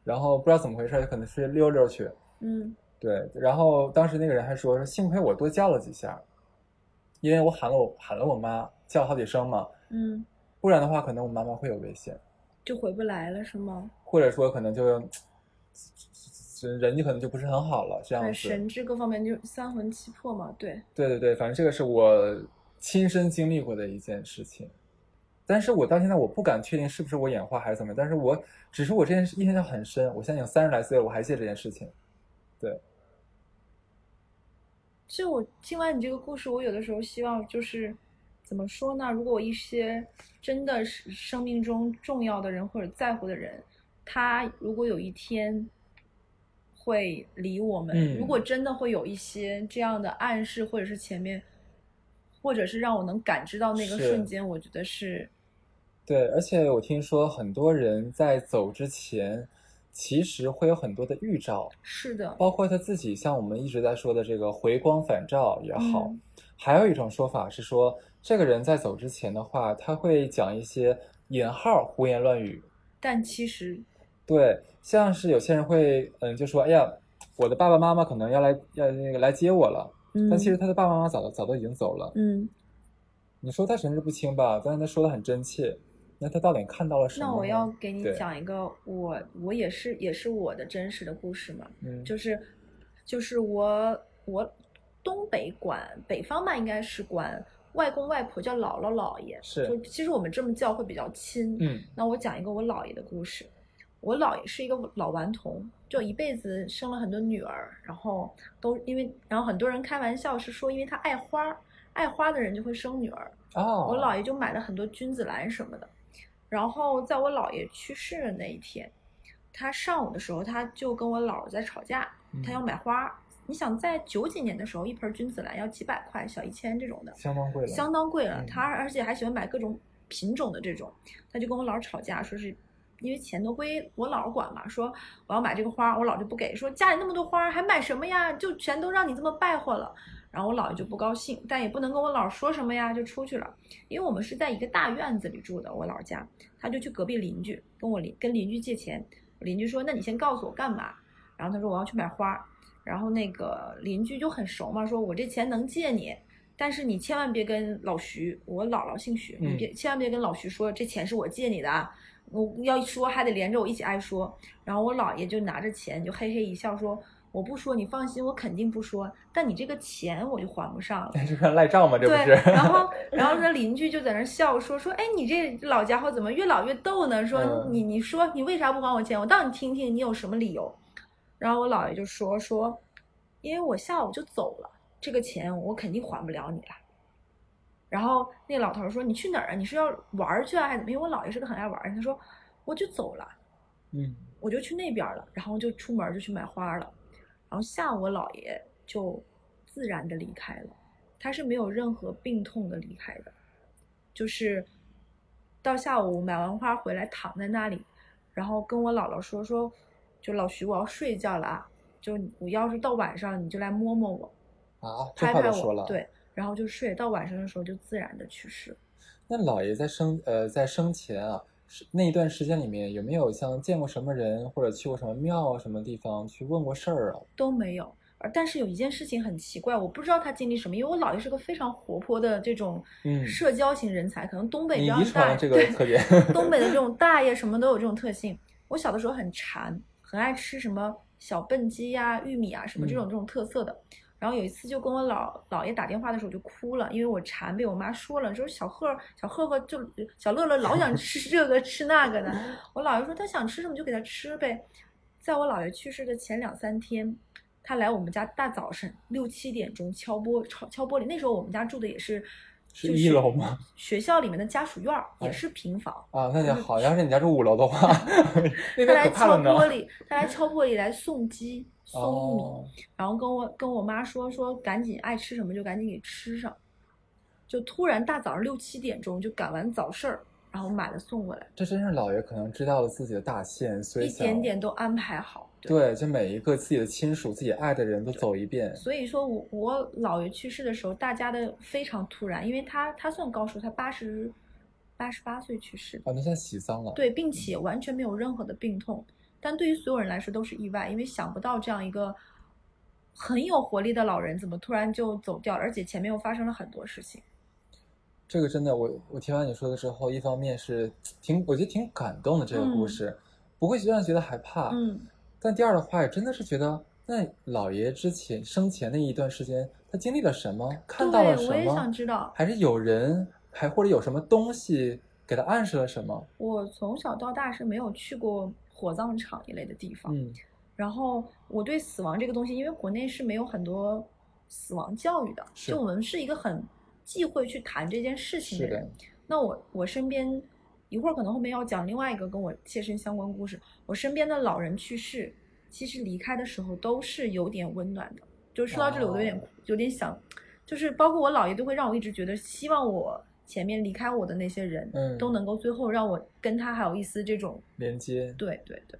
[SPEAKER 2] 然后不知道怎么回事，就可能是溜溜去，
[SPEAKER 1] 嗯
[SPEAKER 2] 对，然后当时那个人还说，说幸亏我多叫了几下，因为我喊了我喊了我妈叫了好几声嘛，
[SPEAKER 1] 嗯，
[SPEAKER 2] 不然的话可能我妈妈会有危险。
[SPEAKER 1] 就回不来了是吗？
[SPEAKER 2] 或者说可能就 人人就可能就不是很好了，这样
[SPEAKER 1] 对，
[SPEAKER 2] 子。
[SPEAKER 1] 神智各方面就三魂七魄嘛，对，
[SPEAKER 2] 对对对，反正这个是我亲身经历过的一件事情，但是我到现在我不敢确定是不是我眼花还是怎么样，但是我只是我这件事印象很深，我现在已经三十来岁了，我还记得这件事情。
[SPEAKER 1] 其实我听完你这个故事，我有的时候希望就是怎么说呢？如果一些真的是生命中重要的人或者在乎的人，他如果有一天会理我们，
[SPEAKER 2] 嗯
[SPEAKER 1] 如果真的会有一些这样的暗示，或者是前面或者是让我能感知到那个
[SPEAKER 2] 是
[SPEAKER 1] 瞬间，我觉得是
[SPEAKER 2] 对，而且我听说很多人在走之前，其实会有很多的预兆，
[SPEAKER 1] 是的，
[SPEAKER 2] 包括他自己，像我们一直在说的这个回光返照也好，
[SPEAKER 1] 嗯
[SPEAKER 2] 还有一种说法是说，这个人在走之前的话，他会讲一些引号胡言乱语，
[SPEAKER 1] 但其实
[SPEAKER 2] 对，像是有些人会，嗯，就说，哎呀，我的爸爸妈妈可能要来要那个来接我了，
[SPEAKER 1] 嗯，
[SPEAKER 2] 但其实他的爸爸妈妈早早都已经走了。
[SPEAKER 1] 嗯，
[SPEAKER 2] 你说他神志不清吧，但是他说的很真切，那他到底看到了什么
[SPEAKER 1] 那
[SPEAKER 2] 呢？
[SPEAKER 1] 我要给你
[SPEAKER 2] 对
[SPEAKER 1] 讲一个我我也是也是我的真实的故事嘛，
[SPEAKER 2] 嗯，
[SPEAKER 1] 就是就是我我东北管北方吧，应该是管外公外婆叫姥姥姥爷，
[SPEAKER 2] 是
[SPEAKER 1] 就其实我们这么叫会比较亲。
[SPEAKER 2] 嗯
[SPEAKER 1] 那我讲一个我姥爷的故事。我姥爷是一个老顽童，就一辈子生了很多女儿，然后都因为，然后很多人开玩笑是说，因为他爱花儿，爱花的人就会生女儿。
[SPEAKER 2] 哦，
[SPEAKER 1] 我姥爷就买了很多君子兰什么的。然后在我姥爷去世的那一天，他上午的时候他就跟我姥姥在吵架，他要
[SPEAKER 2] 嗯
[SPEAKER 1] 买花儿。你想在九几年的时候，一盆君子兰要几百块，小一千这种的，
[SPEAKER 2] 相当贵了，
[SPEAKER 1] 相当贵了。
[SPEAKER 2] 嗯
[SPEAKER 1] 他而且还喜欢买各种品种的这种，他就跟我姥儿吵架，说是因为钱都归我姥儿管嘛，说我要买这个花儿，我姥儿就不给，说家里那么多花儿还买什么呀，就全都让你这么败坏了。然后我姥爷就不高兴，但也不能跟我姥儿说什么呀，就出去了。因为我们是在一个大院子里住的，我姥儿家，他就去隔壁邻居跟我邻跟邻居借钱，我邻居说那你先告诉我干嘛，然后他说我要去买花儿。然后那个邻居就很熟嘛，说我这钱能借你，但是你千万别跟老徐，我姥姥姓徐，你
[SPEAKER 2] 嗯
[SPEAKER 1] 别千万别跟老徐说这钱是我借你的啊，我要一说还得连着我一起挨说。然后我姥爷就拿着钱就嘿嘿一笑说：“我不说，你放心，我肯定不说。但你这个钱我就还不上了。”
[SPEAKER 2] 哎这是赖账吗？这不
[SPEAKER 1] 对，
[SPEAKER 2] 是？
[SPEAKER 1] 然后然后这邻居就在那儿笑说说，哎，你这老家伙怎么越老越逗呢？说
[SPEAKER 2] 嗯
[SPEAKER 1] 你你说你为啥不还我钱？我倒你听听你有什么理由。然后我姥爷就说说，因为我下午就走了，这个钱我肯定还不了你了。然后那老头儿说你去哪儿啊？你是要玩儿去啊，还是怎么？因为我姥爷是个很爱玩儿的人，他说我就走了。
[SPEAKER 2] 嗯，
[SPEAKER 1] 我就去那边儿了，然后就出门儿就去买花儿了，然后下午我姥爷就自然的离开了，他是没有任何病痛的离开的，就是到下午买完花回来躺在那里，然后跟我姥姥说说，就老徐我要睡觉了啊，就我要是到晚上你就来摸摸我，
[SPEAKER 2] 啊，这
[SPEAKER 1] 拍
[SPEAKER 2] 话
[SPEAKER 1] 拍
[SPEAKER 2] 都说
[SPEAKER 1] 我，
[SPEAKER 2] 了。，
[SPEAKER 1] 对，然后就睡，到晚上的时候就自然的去世了。
[SPEAKER 2] 那姥爷在生呃在生前啊，是那一段时间里面有没有像见过什么人或者去过什么庙啊什么地方去问过事儿啊？
[SPEAKER 1] 都没有。而但是有一件事情很奇怪，我不知道他经历什么，因为我姥爷是个非常活泼的这种
[SPEAKER 2] 嗯
[SPEAKER 1] 社交型人才，可能东北比
[SPEAKER 2] 你
[SPEAKER 1] 较
[SPEAKER 2] 遗传
[SPEAKER 1] 大，
[SPEAKER 2] 了这个
[SPEAKER 1] 对
[SPEAKER 2] 特点。
[SPEAKER 1] 东北的这种大爷什么都有这种特性。我小的时候很馋，很爱吃什么小笨鸡呀、玉米啊什
[SPEAKER 2] 嗯
[SPEAKER 1] 么这种这种特色的。然后有一次就跟我姥姥爷打电话的时候就哭了，因为我馋，被我妈说了，说小贺小贺贺就小乐乐老想吃这个吃那个的。我姥爷说他想吃什么就给他吃呗。在我姥爷去世的前两三天，他来我们家大早晨六七点钟敲玻敲敲玻璃，那时候我们家住的也是
[SPEAKER 2] 是
[SPEAKER 1] 就是
[SPEAKER 2] 一楼吗？
[SPEAKER 1] 学校里面的家属院儿也
[SPEAKER 2] 哎
[SPEAKER 1] 是平房。
[SPEAKER 2] 啊，那就
[SPEAKER 1] 嗯
[SPEAKER 2] 好。要是你家住五楼 的话，那
[SPEAKER 1] 他
[SPEAKER 2] 边
[SPEAKER 1] 来
[SPEAKER 2] 可怕
[SPEAKER 1] 敲
[SPEAKER 2] 了呢。
[SPEAKER 1] 玻璃，他来敲玻璃来送鸡、送玉米，
[SPEAKER 2] 哦，
[SPEAKER 1] 然后跟我跟我妈说说，赶紧爱吃什么就赶紧给吃上。就突然大早上六七点钟就赶完早市儿，然后买了送过来，
[SPEAKER 2] 这真是姥爷可能知道了自己的大限，所以
[SPEAKER 1] 一点
[SPEAKER 2] 想
[SPEAKER 1] 点都安排好。
[SPEAKER 2] 对，就每一个自己的亲属、自己爱的人都走一遍。
[SPEAKER 1] 所以说我我姥爷去世的时候，大家的非常突然，因为他他算高寿，他八十八十八岁去世的。
[SPEAKER 2] 啊，那现在喜丧了。
[SPEAKER 1] 对，并且完全没有任何的病痛。但对于所有人来说都是意外，因为想不到这样一个很有活力的老人怎么突然就走掉了，而且前面又发生了很多事情。
[SPEAKER 2] 这个真的，我我听完你说的之后，一方面是挺，我觉得挺感动的这个故事，不会让人觉得害怕。
[SPEAKER 1] 嗯，
[SPEAKER 2] 但第二的话，也真的是觉得，那老爷之前生前那一段时间，他经历了什么，看到了
[SPEAKER 1] 对，
[SPEAKER 2] 什
[SPEAKER 1] 我也想
[SPEAKER 2] 么，
[SPEAKER 1] 知道。
[SPEAKER 2] 还是有人，还或者有什么东西给他暗示了什么？
[SPEAKER 1] 我从小到大是没有去过火葬场一类的地方，
[SPEAKER 2] 嗯
[SPEAKER 1] 然后我对死亡这个东西，因为国内是没有很多死亡教育的，
[SPEAKER 2] 是
[SPEAKER 1] 就我们是一个很忌讳去谈这件事情
[SPEAKER 2] 是的
[SPEAKER 1] 人。那我我身边一会儿可能后面要讲另外一个跟我切身相关故事，我身边的老人去世，其实离开的时候都是有点温暖的。就是说到这里，我都有点、
[SPEAKER 2] 哦
[SPEAKER 1] 有点想就是包括我姥爷都会让我一直觉得，希望我前面离开我的那些人，
[SPEAKER 2] 嗯
[SPEAKER 1] 都能够最后让我跟他还有一丝这种，
[SPEAKER 2] 连接，
[SPEAKER 1] 对对对。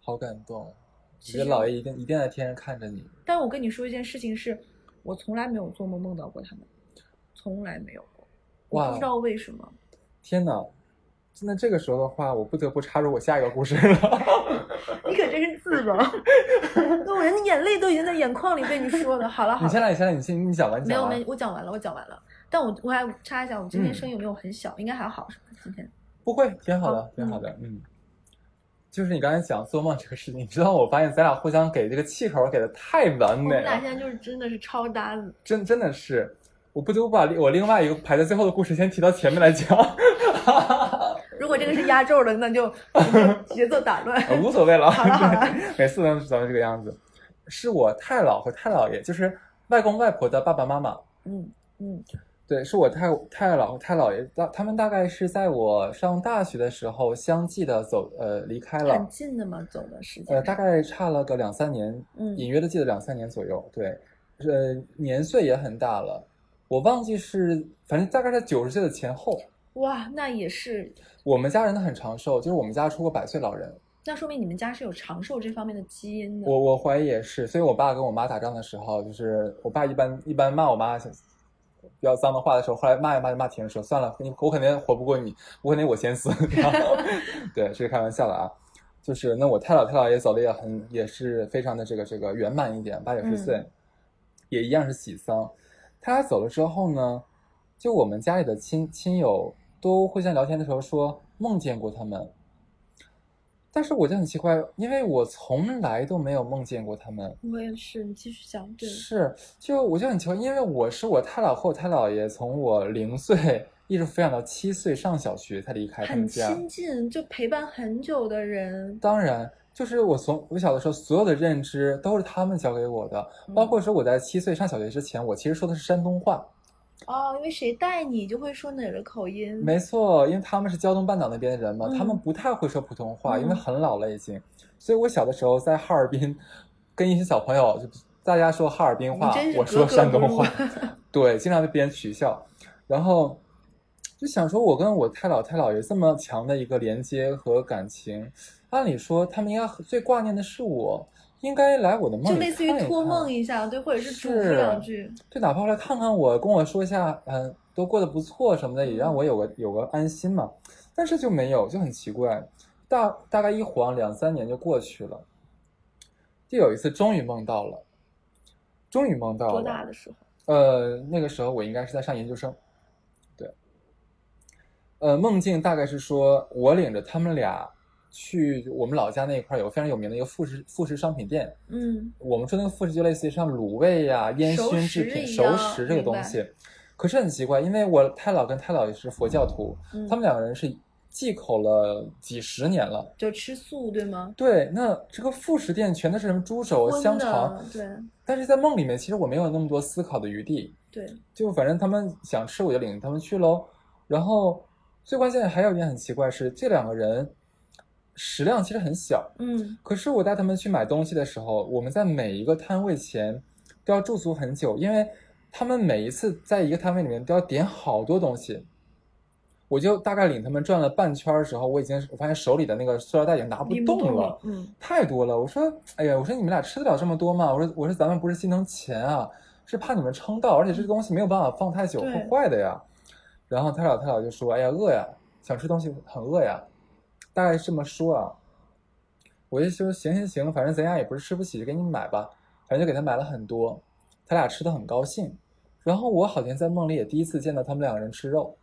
[SPEAKER 2] 好感动。我
[SPEAKER 1] 其
[SPEAKER 2] 觉得
[SPEAKER 1] 实
[SPEAKER 2] 老爷一定一定在天上看着你，
[SPEAKER 1] 但我跟你说一件事情是，我从来没有做梦梦到过他们，从来没有过，我
[SPEAKER 2] 哇哦
[SPEAKER 1] 不知道为什么。
[SPEAKER 2] 天哪！那这个时候的话，我不得不插入我下一个故事了。
[SPEAKER 1] 你可真是自 卑，那我人眼泪都已经在眼眶里被你说了。好了好
[SPEAKER 2] 你
[SPEAKER 1] 了
[SPEAKER 2] 先，来，你先来，你先，你讲完，你
[SPEAKER 1] 没
[SPEAKER 2] 讲
[SPEAKER 1] 有
[SPEAKER 2] 完
[SPEAKER 1] 没，。我讲完了，我讲完了。但我我还插一下，我今天
[SPEAKER 2] 嗯
[SPEAKER 1] 声音有没有很小？应该还好是吧？今天
[SPEAKER 2] 不会，挺好的
[SPEAKER 1] 好，
[SPEAKER 2] 挺好的，嗯。就是你刚才讲做梦这个事情，你知道，我发现咱俩互相给这个气口给的太完
[SPEAKER 1] 我
[SPEAKER 2] 美
[SPEAKER 1] 们俩
[SPEAKER 2] 了
[SPEAKER 1] 现，在就是真的是超搭子。
[SPEAKER 2] 真真的是，我不得不把我另外一个排在最后的故事先提到前面来讲，
[SPEAKER 1] 如果这个是压轴的，那 就就节奏打乱。
[SPEAKER 2] 呃无所谓了，
[SPEAKER 1] 好了好了
[SPEAKER 2] 每次都是咱们这个样子。是我太姥和太姥爷，就是外公外婆的爸爸妈妈，
[SPEAKER 1] 嗯嗯
[SPEAKER 2] 对，是我太太姥和太姥爷，大他们大概是在我上大学的时候相继的走呃离开了，
[SPEAKER 1] 很近的嘛，走的时间。
[SPEAKER 2] 呃，大概差了个两三年，
[SPEAKER 1] 嗯
[SPEAKER 2] 隐约的记得两三年左右。对，呃，年岁也很大了，我忘记是，反正大概在九十岁的前后。
[SPEAKER 1] 哇，那也是，
[SPEAKER 2] 我们家人都很长寿，就是我们家出过百岁老人，
[SPEAKER 1] 那说明你们家是有长寿这方面的基因的。
[SPEAKER 2] 我我怀疑也是。所以我爸跟我妈打仗的时候，就是我爸一般一般骂我妈比较脏的话的时候，后来骂也骂就骂停了，说算了，你我肯定活不过你，我肯定我先死。 然后对，这是开玩笑的啊。就是那我太姥太姥爷走的也很也是非常的这个这个圆满一点，八九十岁，
[SPEAKER 1] 嗯
[SPEAKER 2] 也一样是喜丧。他俩走了之后呢，就我们家里的亲亲友都互相聊天的时候说梦见过他们，但是我就很奇怪，因为我从来都没有梦见过他们。
[SPEAKER 1] 我也是，你继续讲。对，
[SPEAKER 2] 是，就我就很奇怪，因为我是我太姥和我太姥爷从我零岁一直抚养到七岁上小学才离开他们
[SPEAKER 1] 很
[SPEAKER 2] 家。
[SPEAKER 1] 亲近，就陪伴很久的人。
[SPEAKER 2] 当然，就是我从我小的时候所有的认知都是他们教给我的，
[SPEAKER 1] 嗯
[SPEAKER 2] 包括说我在七岁上小学之前，我其实说的是山东话。
[SPEAKER 1] 哦，因为谁带你就会说哪个口音。
[SPEAKER 2] 没错，因为他们是胶东半岛那边的人嘛，
[SPEAKER 1] 嗯
[SPEAKER 2] 他们不太会说普通话，
[SPEAKER 1] 嗯
[SPEAKER 2] 因为很老了已经。所以我小的时候在哈尔滨，跟一些小朋友，就大家说哈尔滨话
[SPEAKER 1] 你真，是
[SPEAKER 2] 我说
[SPEAKER 1] 格格
[SPEAKER 2] 山东
[SPEAKER 1] 不入
[SPEAKER 2] 话，对，经常被别人取笑。然后就想说，我跟我太姥太姥爷这么强的一个连接和感情，按理说他们应该最挂念的是我，应该来我的梦里
[SPEAKER 1] 就类似于
[SPEAKER 2] 看一
[SPEAKER 1] 托
[SPEAKER 2] 看
[SPEAKER 1] 梦一下，对，或者是嘱咐
[SPEAKER 2] 是
[SPEAKER 1] 两句。
[SPEAKER 2] 就哪怕来看看我，跟我说一下，嗯，都过得不错什么的，也让我有个有个安心嘛。但是就没有，就很奇怪。大大概一晃两三年就过去了，就有一次终于梦到了，终于梦到了。
[SPEAKER 1] 多大的时候？
[SPEAKER 2] 呃，那个时候我应该是在上研究生，对。呃，梦境大概是说，我领着他们俩去我们老家那一块儿有非常有名的一个副食副食商品店，
[SPEAKER 1] 嗯，
[SPEAKER 2] 我们说那个副食就类似于像卤味呀、烟
[SPEAKER 1] 熟
[SPEAKER 2] 熏
[SPEAKER 1] 食
[SPEAKER 2] 制品、
[SPEAKER 1] 一
[SPEAKER 2] 熟
[SPEAKER 1] 样
[SPEAKER 2] 食这个
[SPEAKER 1] 明
[SPEAKER 2] 东
[SPEAKER 1] 白
[SPEAKER 2] 西。可是很奇怪，因为我太姥跟太姥也是佛教徒，
[SPEAKER 1] 嗯
[SPEAKER 2] 他们两个人是忌口了几十年了。
[SPEAKER 1] 就吃素对吗？
[SPEAKER 2] 对，那这个副食店全都是什么猪手、
[SPEAKER 1] 荤
[SPEAKER 2] 香
[SPEAKER 1] 的
[SPEAKER 2] 肠，但是在梦里面，其实我没有那么多思考的余地，
[SPEAKER 1] 对对，
[SPEAKER 2] 就反正他们想吃，我就领着他们去喽。然后最关键还有一点很奇怪是，这两个人食量其实很小，
[SPEAKER 1] 嗯，
[SPEAKER 2] 可是我带他们去买东西的时候，我们在每一个摊位前都要驻足很久，因为他们每一次在一个摊位里面都要点好多东西。我就大概领他们转了半圈儿的时候，我已经我发现手里的那个塑料袋已经拿不
[SPEAKER 1] 拎
[SPEAKER 2] 动
[SPEAKER 1] 动
[SPEAKER 2] 了，，
[SPEAKER 1] 嗯，
[SPEAKER 2] 太多了。我说，哎呀，我说你们俩吃得了这么多吗？我说，我说咱们不是心疼钱啊，是怕你们撑到，而且这个东西没有办法放太久，
[SPEAKER 1] 对
[SPEAKER 2] 会坏的呀。然后他俩他俩就说，哎呀，饿呀，想吃东西很饿呀，大概是这么说啊。我就说行行行，反正咱家也不是吃不起，就给你买吧。反正就给他买了很多，他俩吃的很高兴。然后我好像在梦里也第一次见到他们两个人吃肉，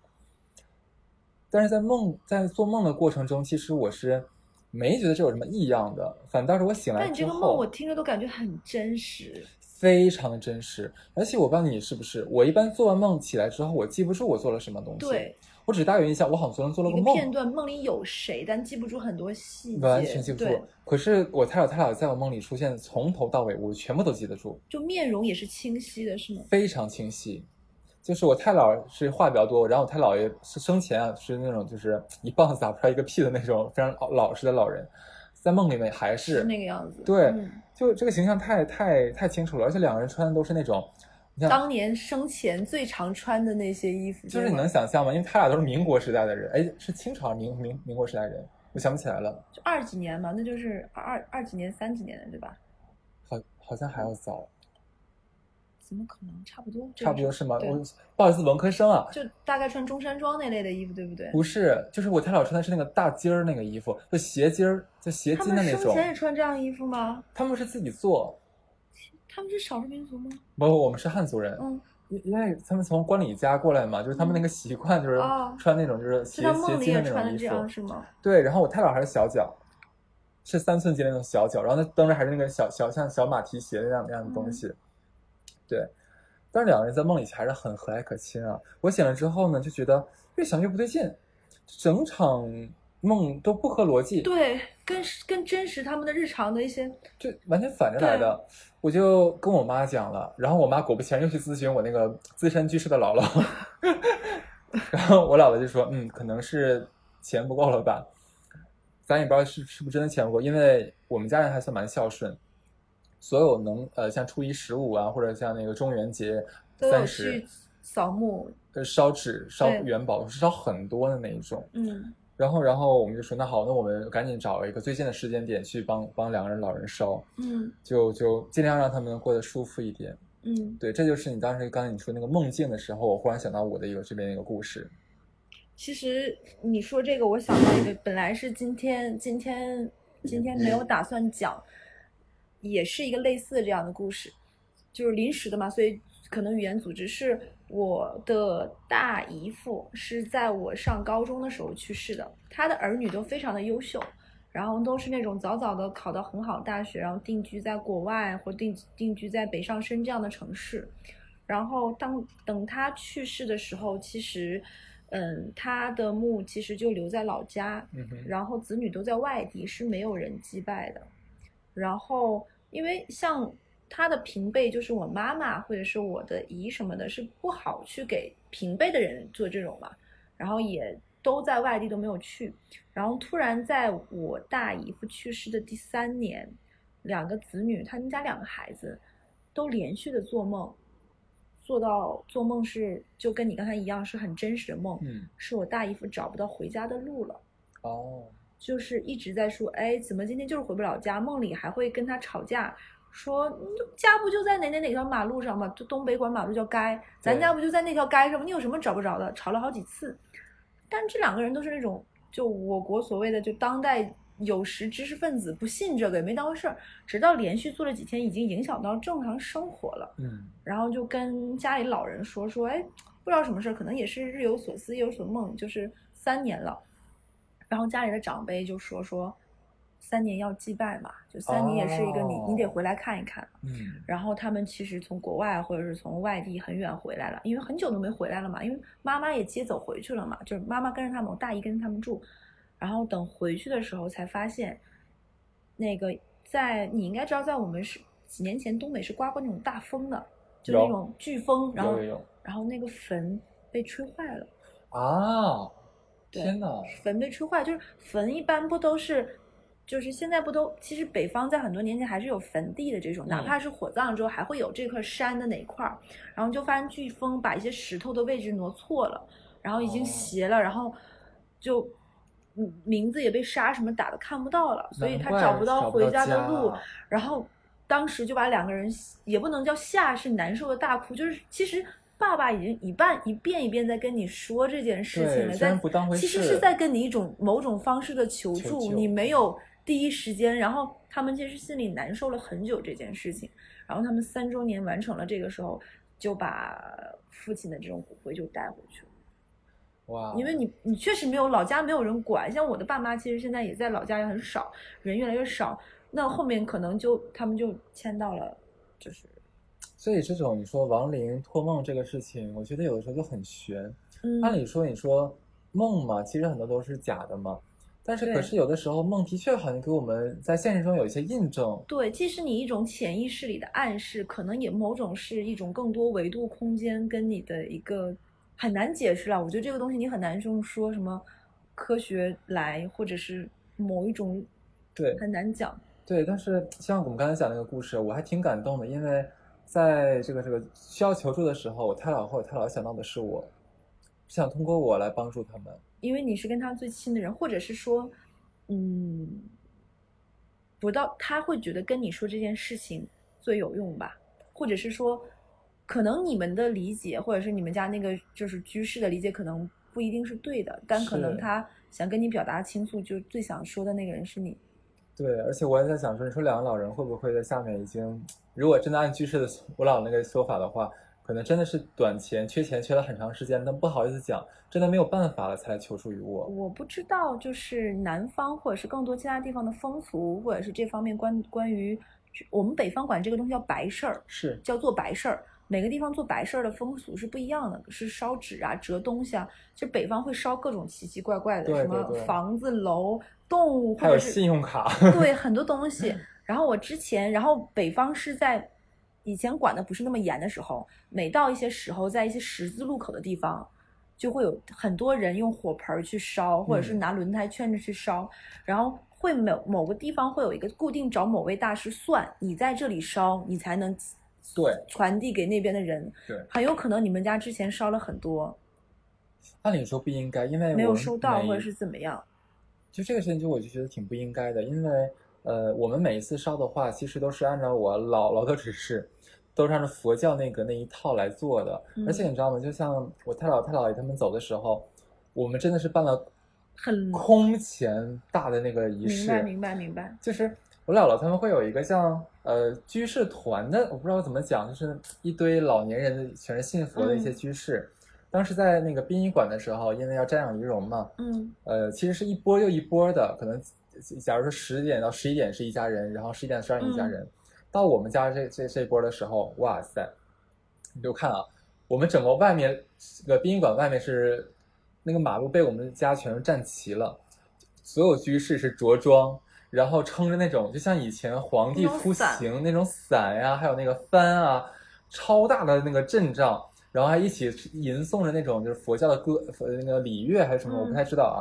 [SPEAKER 2] 但是在梦在做梦的过程中，其实我是没觉得这有什么异样的，反倒是我醒来
[SPEAKER 1] 但你这
[SPEAKER 2] 之
[SPEAKER 1] 个梦
[SPEAKER 2] 后
[SPEAKER 1] 我听着都感觉很真实，
[SPEAKER 2] 非常的真实。而且我不知道你是不是，我一般做完梦起来之后，我记不住我做了什么东西，
[SPEAKER 1] 对，
[SPEAKER 2] 我只大有印象，我好像昨天做了
[SPEAKER 1] 一
[SPEAKER 2] 个
[SPEAKER 1] 个
[SPEAKER 2] 梦，
[SPEAKER 1] 片段梦里有谁，但记不住很多细节，
[SPEAKER 2] 完全记不住
[SPEAKER 1] 对，。
[SPEAKER 2] 可是我太姥太姥在我梦里出现，从头到尾我全部都记得住。
[SPEAKER 1] 就面容也是清晰的，是吗？
[SPEAKER 2] 非常清晰。就是我太姥是话比较多，然后我太姥爷是生前啊是那种就是一棒子打不出来一个屁的那种非常老实的老人，在梦里面还是
[SPEAKER 1] 那个样子，
[SPEAKER 2] 对
[SPEAKER 1] 嗯
[SPEAKER 2] 就这个形象太太太清楚了，而且两个人穿的都是那种你看
[SPEAKER 1] 当年生前最常穿的那些衣服，
[SPEAKER 2] 就
[SPEAKER 1] 对
[SPEAKER 2] 是你
[SPEAKER 1] 吗
[SPEAKER 2] 能想象吗？因为他俩都是民国时代的人，哎，是清朝还是民民民国时代人，我想不起来了，
[SPEAKER 1] 就二几年嘛，那就是二二二几年、三几年的对吧？
[SPEAKER 2] 好好像还要早，
[SPEAKER 1] 怎么可能？差不多，
[SPEAKER 2] 差不多是吗？
[SPEAKER 1] 对
[SPEAKER 2] 我不好意思，文科生啊，
[SPEAKER 1] 就大概穿中山装那类的衣服，对不对？
[SPEAKER 2] 不是，就是我他俩穿的是那个大襟儿那个衣服，就斜襟儿，就斜
[SPEAKER 1] 他
[SPEAKER 2] 襟的
[SPEAKER 1] 们
[SPEAKER 2] 那
[SPEAKER 1] 生
[SPEAKER 2] 种。
[SPEAKER 1] 前也穿这样衣服吗？
[SPEAKER 2] 他们是自己做，
[SPEAKER 1] 他们是少数民族吗？
[SPEAKER 2] 不，我们是汉族人，
[SPEAKER 1] 嗯，
[SPEAKER 2] 因因为他们从关里家过来嘛，就是他们那个习惯就是
[SPEAKER 1] 哦
[SPEAKER 2] 穿那种就是
[SPEAKER 1] 就
[SPEAKER 2] 斜
[SPEAKER 1] 他
[SPEAKER 2] 斜
[SPEAKER 1] 梦里
[SPEAKER 2] 襟的
[SPEAKER 1] 也
[SPEAKER 2] 那
[SPEAKER 1] 穿
[SPEAKER 2] 种
[SPEAKER 1] 的这
[SPEAKER 2] 衣
[SPEAKER 1] 样
[SPEAKER 2] 服。
[SPEAKER 1] 是吗？
[SPEAKER 2] 对，然后我太姥还是小脚，是三寸金那种小脚，然后他蹬着还是那个小小像小马蹄鞋那样那样的东西。
[SPEAKER 1] 嗯
[SPEAKER 2] 对，但是两个人在梦里还是很和蔼可亲啊。我醒了之后呢，就觉得越想越不对劲，整场梦都不合逻辑。
[SPEAKER 1] 对，跟跟真实他们的日常的一些，
[SPEAKER 2] 就完全反着来
[SPEAKER 1] 啊
[SPEAKER 2] 的。我就跟我妈讲了，然后我妈果不其然又去咨询我那个资深居士的姥姥， 然后我姥姥就说：“嗯，可能是钱不够了吧，咱也不知道是是不是真的钱不够，因为我们家人还算蛮孝顺，所有能呃像初一十五啊，或者像那个中元节
[SPEAKER 1] 都有
[SPEAKER 2] 三十
[SPEAKER 1] 去，扫墓，
[SPEAKER 2] 呃烧纸烧
[SPEAKER 1] 对
[SPEAKER 2] 元宝是烧很多的那一种。”
[SPEAKER 1] 嗯，
[SPEAKER 2] 然后，然后我们就说，那好，那我们赶紧找一个最近的时间点去帮帮两个人老人烧。
[SPEAKER 1] 嗯
[SPEAKER 2] 就就尽量让他们过得舒服一点。
[SPEAKER 1] 嗯，
[SPEAKER 2] 对，这就是你当时刚才你说那个梦境的时候，我忽然想到我的一个这边一个故事。
[SPEAKER 1] 其实你说这个，我想到一个，本来是今天今天今天没有打算讲，也是一个类似的这样的故事，就是临时的嘛，所以可能语言组织是我的大姨父是在我上高中的时候去世的，他的儿女都非常的优秀。然后都是那种早早的考到很好的大学，然后定居在国外或定定居在北上深这样的城市。然后当等他去世的时候，其实，嗯，他的墓其实就留在老家，
[SPEAKER 2] 嗯哼，
[SPEAKER 1] 然后子女都在外地，是没有人祭拜的。然后，因为像他的平辈，就是我妈妈或者是我的姨什么的，是不好去给平辈的人做这种嘛，然后也都在外地都没有去。然后突然在我大姨夫去世的第三年，两个子女，他们家两个孩子都连续的做梦，做到做梦是就跟你刚才一样，是很真实的梦，
[SPEAKER 2] 嗯，
[SPEAKER 1] 是我大姨夫找不到回家的路了。
[SPEAKER 2] 哦，
[SPEAKER 1] 就是一直在说，哎，怎么今天就是回不了家？梦里还会跟他吵架，说嗯家不就在哪哪哪条马路上吗？就东北管马路叫街，咱
[SPEAKER 2] 对
[SPEAKER 1] 家不就在那条街上吗？你有什么找不着的？吵了好几次，但这两个人都是那种，就我国所谓的就当代有识知识分子不信这个也没当回事儿，直到连续做了几天，已经影响到正常生活了。
[SPEAKER 2] 嗯，
[SPEAKER 1] 然后就跟家里老人说说，哎，不知道什么事儿，可能也是日有所思夜有所梦，就是三年了。然后家里的长辈就说说，三年要祭拜嘛，就三年也是一个你、你得
[SPEAKER 2] 哦
[SPEAKER 1] 回来看一看。
[SPEAKER 2] 嗯，
[SPEAKER 1] 然后他们其实从国外或者是从外地很远回来了，因为很久都没回来了嘛，因为妈妈也接走回去了嘛，就是妈妈跟着他们，我大姨跟着他们住，然后等回去的时候才发现，那个在你应该知道，在我们是几年前东北是刮过那种大风的，就是那
[SPEAKER 2] 有
[SPEAKER 1] 种飓风，然后
[SPEAKER 2] 有有有
[SPEAKER 1] 然后那个坟被吹坏了。
[SPEAKER 2] 啊，
[SPEAKER 1] 对
[SPEAKER 2] 天哪，
[SPEAKER 1] 坟被吹坏，就是坟一般不都是，就是现在不都，其实北方在很多年前还是有坟地的这种，哪
[SPEAKER 2] 嗯
[SPEAKER 1] 怕是火葬之后还会有这块山的哪一块儿，然后就发现飓风把一些石头的位置挪错了，然后已经
[SPEAKER 2] 哦
[SPEAKER 1] 斜了，然后就。嗯名字也被沙什么打的看不到了，所以
[SPEAKER 2] 难
[SPEAKER 1] 他
[SPEAKER 2] 怪
[SPEAKER 1] 找不到回
[SPEAKER 2] 家
[SPEAKER 1] 家的路，然后当时就把两个人也不能叫吓，是难受的大哭，就是其实爸爸已经一半一遍一遍在跟你说这件事情
[SPEAKER 2] 对，
[SPEAKER 1] 了，
[SPEAKER 2] 虽然
[SPEAKER 1] 但
[SPEAKER 2] 不当回
[SPEAKER 1] 其
[SPEAKER 2] 事，
[SPEAKER 1] 实是在跟你一种某种方式的求助，
[SPEAKER 2] 求救
[SPEAKER 1] 你没有第一时间，然后他们其实心里难受了很久这件事情，然后他们三周年完成了这个时候，就把父亲的这种骨灰就带回去了。
[SPEAKER 2] 哇，
[SPEAKER 1] 因为你你确实没有老家没有人管，像我的爸妈其实现在也在老家也很少，人越来越少，那后面可能就他们就迁到了，就是
[SPEAKER 2] 所以这种你说亡灵托梦这个事情，我觉得有的时候就很悬。
[SPEAKER 1] 嗯，
[SPEAKER 2] 按理说，你说梦嘛，其实很多都是假的嘛，但是可
[SPEAKER 1] 对
[SPEAKER 2] 是有的时候梦的确好像给我们在现实中有一些印证。
[SPEAKER 1] 对，既是你一种潜意识里的暗示，可能也某种是一种更多维度空间跟你的一个很难解释了。我觉得这个东西你很难用说什么科学来，或者是某一种
[SPEAKER 2] 对，
[SPEAKER 1] 很难讲。
[SPEAKER 2] 对，但是像我们刚才讲那个故事，我还挺感动的，因为在这个这个需要求助的时候，我太姥或者太姥想到的是我，想通过我来帮助他们。
[SPEAKER 1] 因为你是跟他最亲的人，或者是说，嗯，不到他会觉得跟你说这件事情最有用吧，或者是说，可能你们的理解，或者是你们家那个就是居士的理解，可能不一定是对的，但可能
[SPEAKER 2] 是
[SPEAKER 1] 他想跟你表达倾诉，就最想说的那个人是你。
[SPEAKER 2] 对，而且我也在想说，你说两个老人会不会在下面已经，如果真的按居士的我姥那个说法的话，可能真的是短钱、缺钱、缺了很长时间，但不好意思讲，真的没有办法了才来求助于我。
[SPEAKER 1] 我不知道，就是南方或者是更多其他地方的风俗，或者是这方面关关于我们北方管这个东西叫白事儿，
[SPEAKER 2] 是，
[SPEAKER 1] 叫做白事儿。每个地方做白事儿的风俗是不一样的，是烧纸啊、折东西啊。就北方会烧各种奇奇怪怪的，
[SPEAKER 2] 对
[SPEAKER 1] 什么
[SPEAKER 2] 对对
[SPEAKER 1] 房子、楼、动物，或
[SPEAKER 2] 还有
[SPEAKER 1] 者是
[SPEAKER 2] 信用 卡，
[SPEAKER 1] 对很多东西。然后我之前，然后北方是在以前管的不是那么严的时候，每到一些时候，在一些十字路口的地方，就会有很多人用火盆儿去烧，或者是
[SPEAKER 2] 嗯
[SPEAKER 1] 拿轮胎圈着去烧，然后会某某个地方会有一个固定找某位大师算，你在这里烧，你才能
[SPEAKER 2] 对
[SPEAKER 1] 传递给那边的人。
[SPEAKER 2] 对
[SPEAKER 1] 很有可能你们家之前烧了很多，
[SPEAKER 2] 按理说不应该，因为
[SPEAKER 1] 没
[SPEAKER 2] 我
[SPEAKER 1] 有
[SPEAKER 2] 们
[SPEAKER 1] 收到
[SPEAKER 2] 每
[SPEAKER 1] 或者是怎么样。
[SPEAKER 2] 就这个事情，就我就觉得挺不应该的，因为呃，我们每一次烧的话，其实都是按照我姥姥的指示，都是按照佛教那个那一套来做的。
[SPEAKER 1] 嗯
[SPEAKER 2] 而且你知道吗？就像我太姥太姥爷他们走的时候，我们真的是办了
[SPEAKER 1] 很
[SPEAKER 2] 空前大的那个仪
[SPEAKER 1] 明
[SPEAKER 2] 式，
[SPEAKER 1] 白，明白，明白。
[SPEAKER 2] 就是我姥姥他们会有一个像呃居士团的，我不知道怎么讲，就是一堆老年人，全是信佛的一些
[SPEAKER 1] 嗯
[SPEAKER 2] 居士。当时在那个殡仪馆的时候，因为要瞻仰遗容嘛，
[SPEAKER 1] 嗯
[SPEAKER 2] 呃，其实是一波又一波的，可能假如说十点到十一点是一家人，然后十一点到十二点
[SPEAKER 1] 嗯
[SPEAKER 2] 一家人，到我们家这这这波的时候，哇塞，你就看啊，我们整个外面这个殡仪馆外面是那个马路被我们家全都占齐了，所有居士是着装。然后撑着那种，就像以前皇帝
[SPEAKER 1] 那种
[SPEAKER 2] 出
[SPEAKER 1] 伞
[SPEAKER 2] 行那种伞呀、还有那个幡啊，超大的那个阵仗，然后还一起吟诵着那种就是佛教的歌，佛那个礼乐还是什么，
[SPEAKER 1] 嗯
[SPEAKER 2] 我不太知道啊。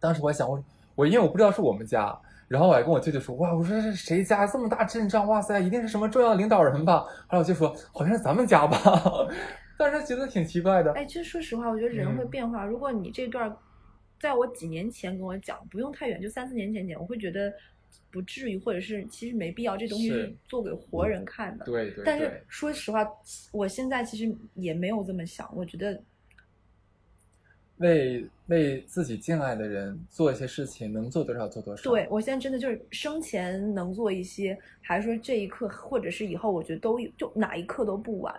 [SPEAKER 2] 当时我还想，我我因为我不知道是我们家，然后我还跟我舅舅说，哇，我说这是谁家这么大阵仗？哇塞，一定是什么重要的领导人吧？后来我就说，好像是咱们家吧， 但是觉得挺奇怪的。
[SPEAKER 1] 哎，其实说实话，我觉得人会
[SPEAKER 2] 嗯
[SPEAKER 1] 变化。如果你这段儿，在我几年前跟我讲，不用太远，就三四年前讲，我会觉得不至于，或者是其实没必要。这东西
[SPEAKER 2] 是
[SPEAKER 1] 是做给活人看的。
[SPEAKER 2] 对对
[SPEAKER 1] 但是说实话，我现在其实也没有这么想。我觉得
[SPEAKER 2] 为为自己敬爱的人做一些事情，能做多少做多少。
[SPEAKER 1] 对，我现在真的就是生前能做一些，还是说这一刻，或者是以后，我觉得都有，就哪一刻都不晚。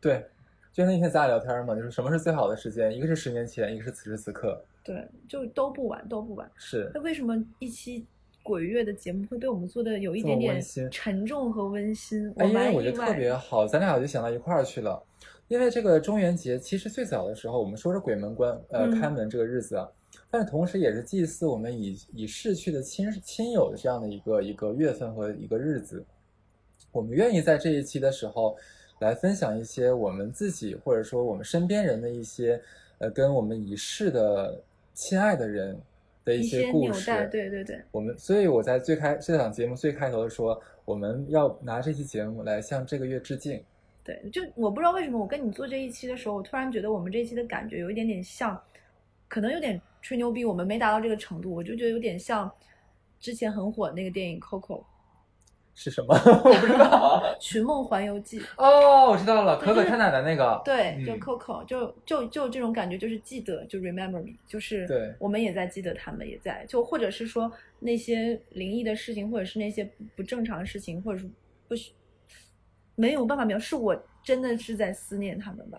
[SPEAKER 2] 对，就像那天咱俩聊天嘛，就是什么是最好的时间？一个是十年前，一个是此时此刻。
[SPEAKER 1] 对，就都不晚，都不晚。
[SPEAKER 2] 是
[SPEAKER 1] 那为什么一期鬼月的节目会被我们做的有一
[SPEAKER 2] 这
[SPEAKER 1] 点
[SPEAKER 2] 么温
[SPEAKER 1] 点
[SPEAKER 2] 馨
[SPEAKER 1] 沉重和温馨？
[SPEAKER 2] 哎，因为
[SPEAKER 1] 蛮
[SPEAKER 2] 我
[SPEAKER 1] 意
[SPEAKER 2] 觉得特
[SPEAKER 1] 外。
[SPEAKER 2] 别好，咱俩就想到一块儿去了。因为这个中元节，其实最早的时候，我们说是鬼门关呃、
[SPEAKER 1] 嗯
[SPEAKER 2] 开门这个日子啊，但是同时也是祭祀我们已已逝去的亲亲友的这样的一个一个月份和一个日子。我们愿意在这一期的时候，来分享一些我们自己或者说我们身边人的一些呃跟我们已逝的亲爱的人的
[SPEAKER 1] 一
[SPEAKER 2] 些故
[SPEAKER 1] 纽
[SPEAKER 2] 事，
[SPEAKER 1] 带，对对对，
[SPEAKER 2] 我们，所以我在最开这档节目最开头的说，我们要拿这期节目来向这个月致敬。
[SPEAKER 1] 对，就我不知道为什么我跟你做这一期的时候，我突然觉得我们这一期的感觉有一点点像，可能有点吹牛逼，我们没达到这个程度，我就觉得有点像之前很火那个电影《Coco
[SPEAKER 2] 是什么？ 我不知道。
[SPEAKER 1] 寻梦环游记》。
[SPEAKER 2] 哦，我知道了，
[SPEAKER 1] 对
[SPEAKER 2] 可可
[SPEAKER 1] 就是
[SPEAKER 2] 太奶奶那个。
[SPEAKER 1] 对，就
[SPEAKER 2] 嗯
[SPEAKER 1] Coco，、就就就这种感觉，就是记得，就 remember me，就是
[SPEAKER 2] 对
[SPEAKER 1] 我们也在记得，他们也在，就或者是说那些灵异的事情，或者是那些不不正常的事情，或者是不许没有办法描述，是我真的是在思念他们吧。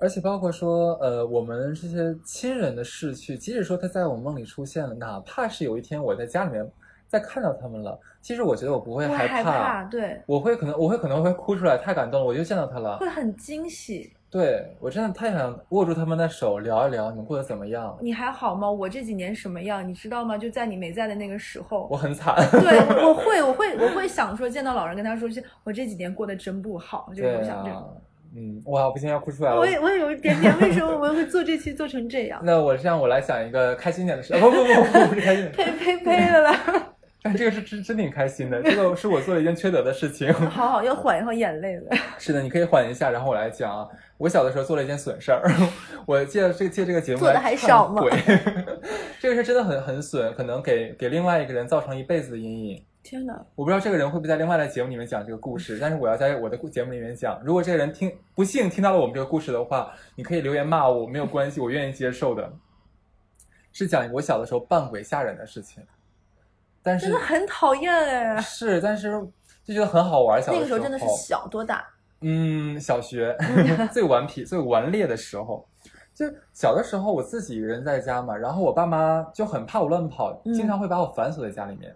[SPEAKER 2] 而且包括说，呃，我们这些亲人的逝去，即使说他在我梦里出现了，哪怕是有一天我在家里面再看到他们了，其实我觉得我不会
[SPEAKER 1] 我
[SPEAKER 2] 害
[SPEAKER 1] 害怕，对，
[SPEAKER 2] 我会可能我会可能会哭出来，太感动了，我又见到他了。
[SPEAKER 1] 会很惊喜。
[SPEAKER 2] 对我真的太想握住他们的手，聊一聊你们过得怎么样。
[SPEAKER 1] 你还好吗？我这几年什么样，你知道吗？就在你没在的那个时候
[SPEAKER 2] 我，很 惨。
[SPEAKER 1] 对，我会，我会，我会想说，见到老人跟他说，这我这几年过得真不好，就是我
[SPEAKER 2] 对
[SPEAKER 1] 想这种。
[SPEAKER 2] 啊，嗯，哇，不行，要哭出来了
[SPEAKER 1] 我。也我也有一点点，为什么我们会做这期做成 这样？
[SPEAKER 2] 呃那我让我来想一个开心点的事，啊不不不不，不是开心点的事，
[SPEAKER 1] 呸呸呸的了啦！
[SPEAKER 2] 但这个是真真挺开心的，这个是我做了一件缺德的事 情。
[SPEAKER 1] 好好要缓一缓眼泪了。
[SPEAKER 2] 是的，你可以缓一下，然后我来讲啊。我小的时候做了一件损事儿，我借这借这个节目
[SPEAKER 1] 做的还少吗
[SPEAKER 2] 吗？ 这个事儿真的很很损，可能给给另外一个人造成一辈子的阴影。
[SPEAKER 1] 天哪，
[SPEAKER 2] 我不知道这个人会不会在另外的节目里面讲这个故事，但是我要在我的故节目里面讲。如果这个人听不幸听到了我们这个故事的话，你可以留言骂我，没有关系，我愿意接受的。是讲我小的时候扮鬼吓人的事情，但
[SPEAKER 1] 真
[SPEAKER 2] 是
[SPEAKER 1] 的很讨厌哎。
[SPEAKER 2] 是但是就觉得很好玩。小
[SPEAKER 1] 那
[SPEAKER 2] 的
[SPEAKER 1] 个时候真的是小多大？
[SPEAKER 2] 嗯，小学 最顽皮、最顽劣的时候，就小的时候我自己一个人在家嘛，然后我爸妈就很怕我乱跑，
[SPEAKER 1] 嗯
[SPEAKER 2] 经常会把我反锁在家里面。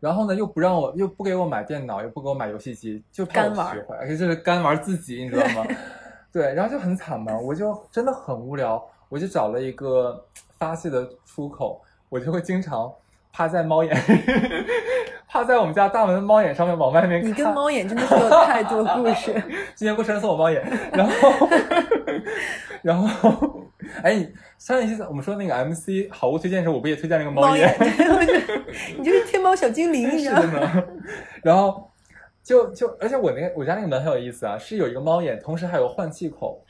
[SPEAKER 2] 然后呢，又不让我，又不给我买电脑，又不给我买游戏机，就怕我
[SPEAKER 1] 干玩儿
[SPEAKER 2] 学坏，而且就是干玩自己，你知道吗？ 对，然后就很惨嘛，我就真的很无聊，我就找了一个发泄的出口，我就会经常趴在猫眼， 趴在我们家大门的猫眼上面往外面看。
[SPEAKER 1] 你跟猫眼真的是有太多故事。
[SPEAKER 2] 今天过生日送我猫眼，然后， 然后，哎，你上一期我们说那个 MC 好物推荐的时候，我不也推荐了一个
[SPEAKER 1] 猫
[SPEAKER 2] 眼？
[SPEAKER 1] 对，我就你就是天猫小精灵，你知
[SPEAKER 2] 是
[SPEAKER 1] 道
[SPEAKER 2] 的
[SPEAKER 1] 吗？
[SPEAKER 2] 呢。然后就就，而且我那个我家那个门很有意思啊，是有一个猫眼，同时还有换气口，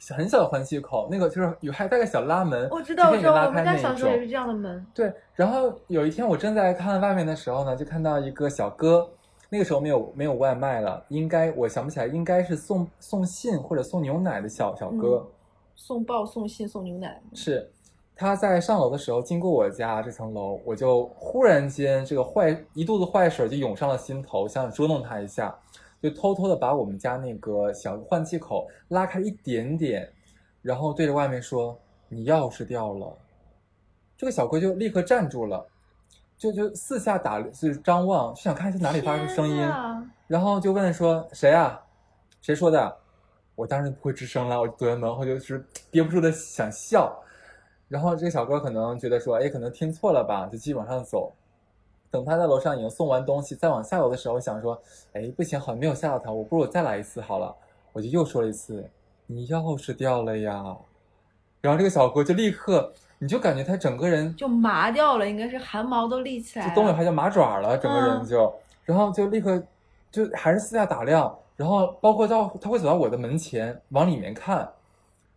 [SPEAKER 2] 小很小的换气口，那个就是有还带个小拉门，
[SPEAKER 1] 我知道，
[SPEAKER 2] 就
[SPEAKER 1] 我
[SPEAKER 2] 可以
[SPEAKER 1] 知
[SPEAKER 2] 给你
[SPEAKER 1] 道，
[SPEAKER 2] 拉
[SPEAKER 1] 我们
[SPEAKER 2] 开
[SPEAKER 1] 家
[SPEAKER 2] 那一
[SPEAKER 1] 小时候也是
[SPEAKER 2] 种。
[SPEAKER 1] 这样的门。
[SPEAKER 2] 对，然后有一天我正在看外面的时候呢，就看到一个小哥，那个时候没有没有外卖了，应该我想不起来，应该是送送信或者送牛奶的小小哥。
[SPEAKER 1] 嗯送报、送信、送牛奶，
[SPEAKER 2] 是他在上楼的时候经过我家这层楼，我就忽然间这个坏一肚子坏水就涌上了心头，想捉弄他一下，就偷偷的把我们家那个小换气口拉开一点点，然后对着外面说：“你钥匙掉了。”这个小哥就立刻站住了，就就四下打就是张望，就想看一下哪里发出声音。
[SPEAKER 1] 天啊
[SPEAKER 2] 然后就问说谁啊？谁说的？啊我当然不会吱声了，我躲在门后就是憋不住的想笑。然后这个小哥可能觉得说，哎，可能听错了吧，就继续往上走。等他在楼上已经送完东西，再往下楼的时候，想说，哎，不行，好像没有吓到他，我不如我再来一次好了。我就又说了一次，你钥匙掉了呀。然后这个小哥就立刻，你就感觉他整个人
[SPEAKER 1] 就麻掉了，应该是汗毛都立起来
[SPEAKER 2] 就
[SPEAKER 1] 了。嗯
[SPEAKER 2] 东北话叫麻爪了，整个人就，然后就立刻就还是四下打量，然后包括到他会走到我的门前往里面看，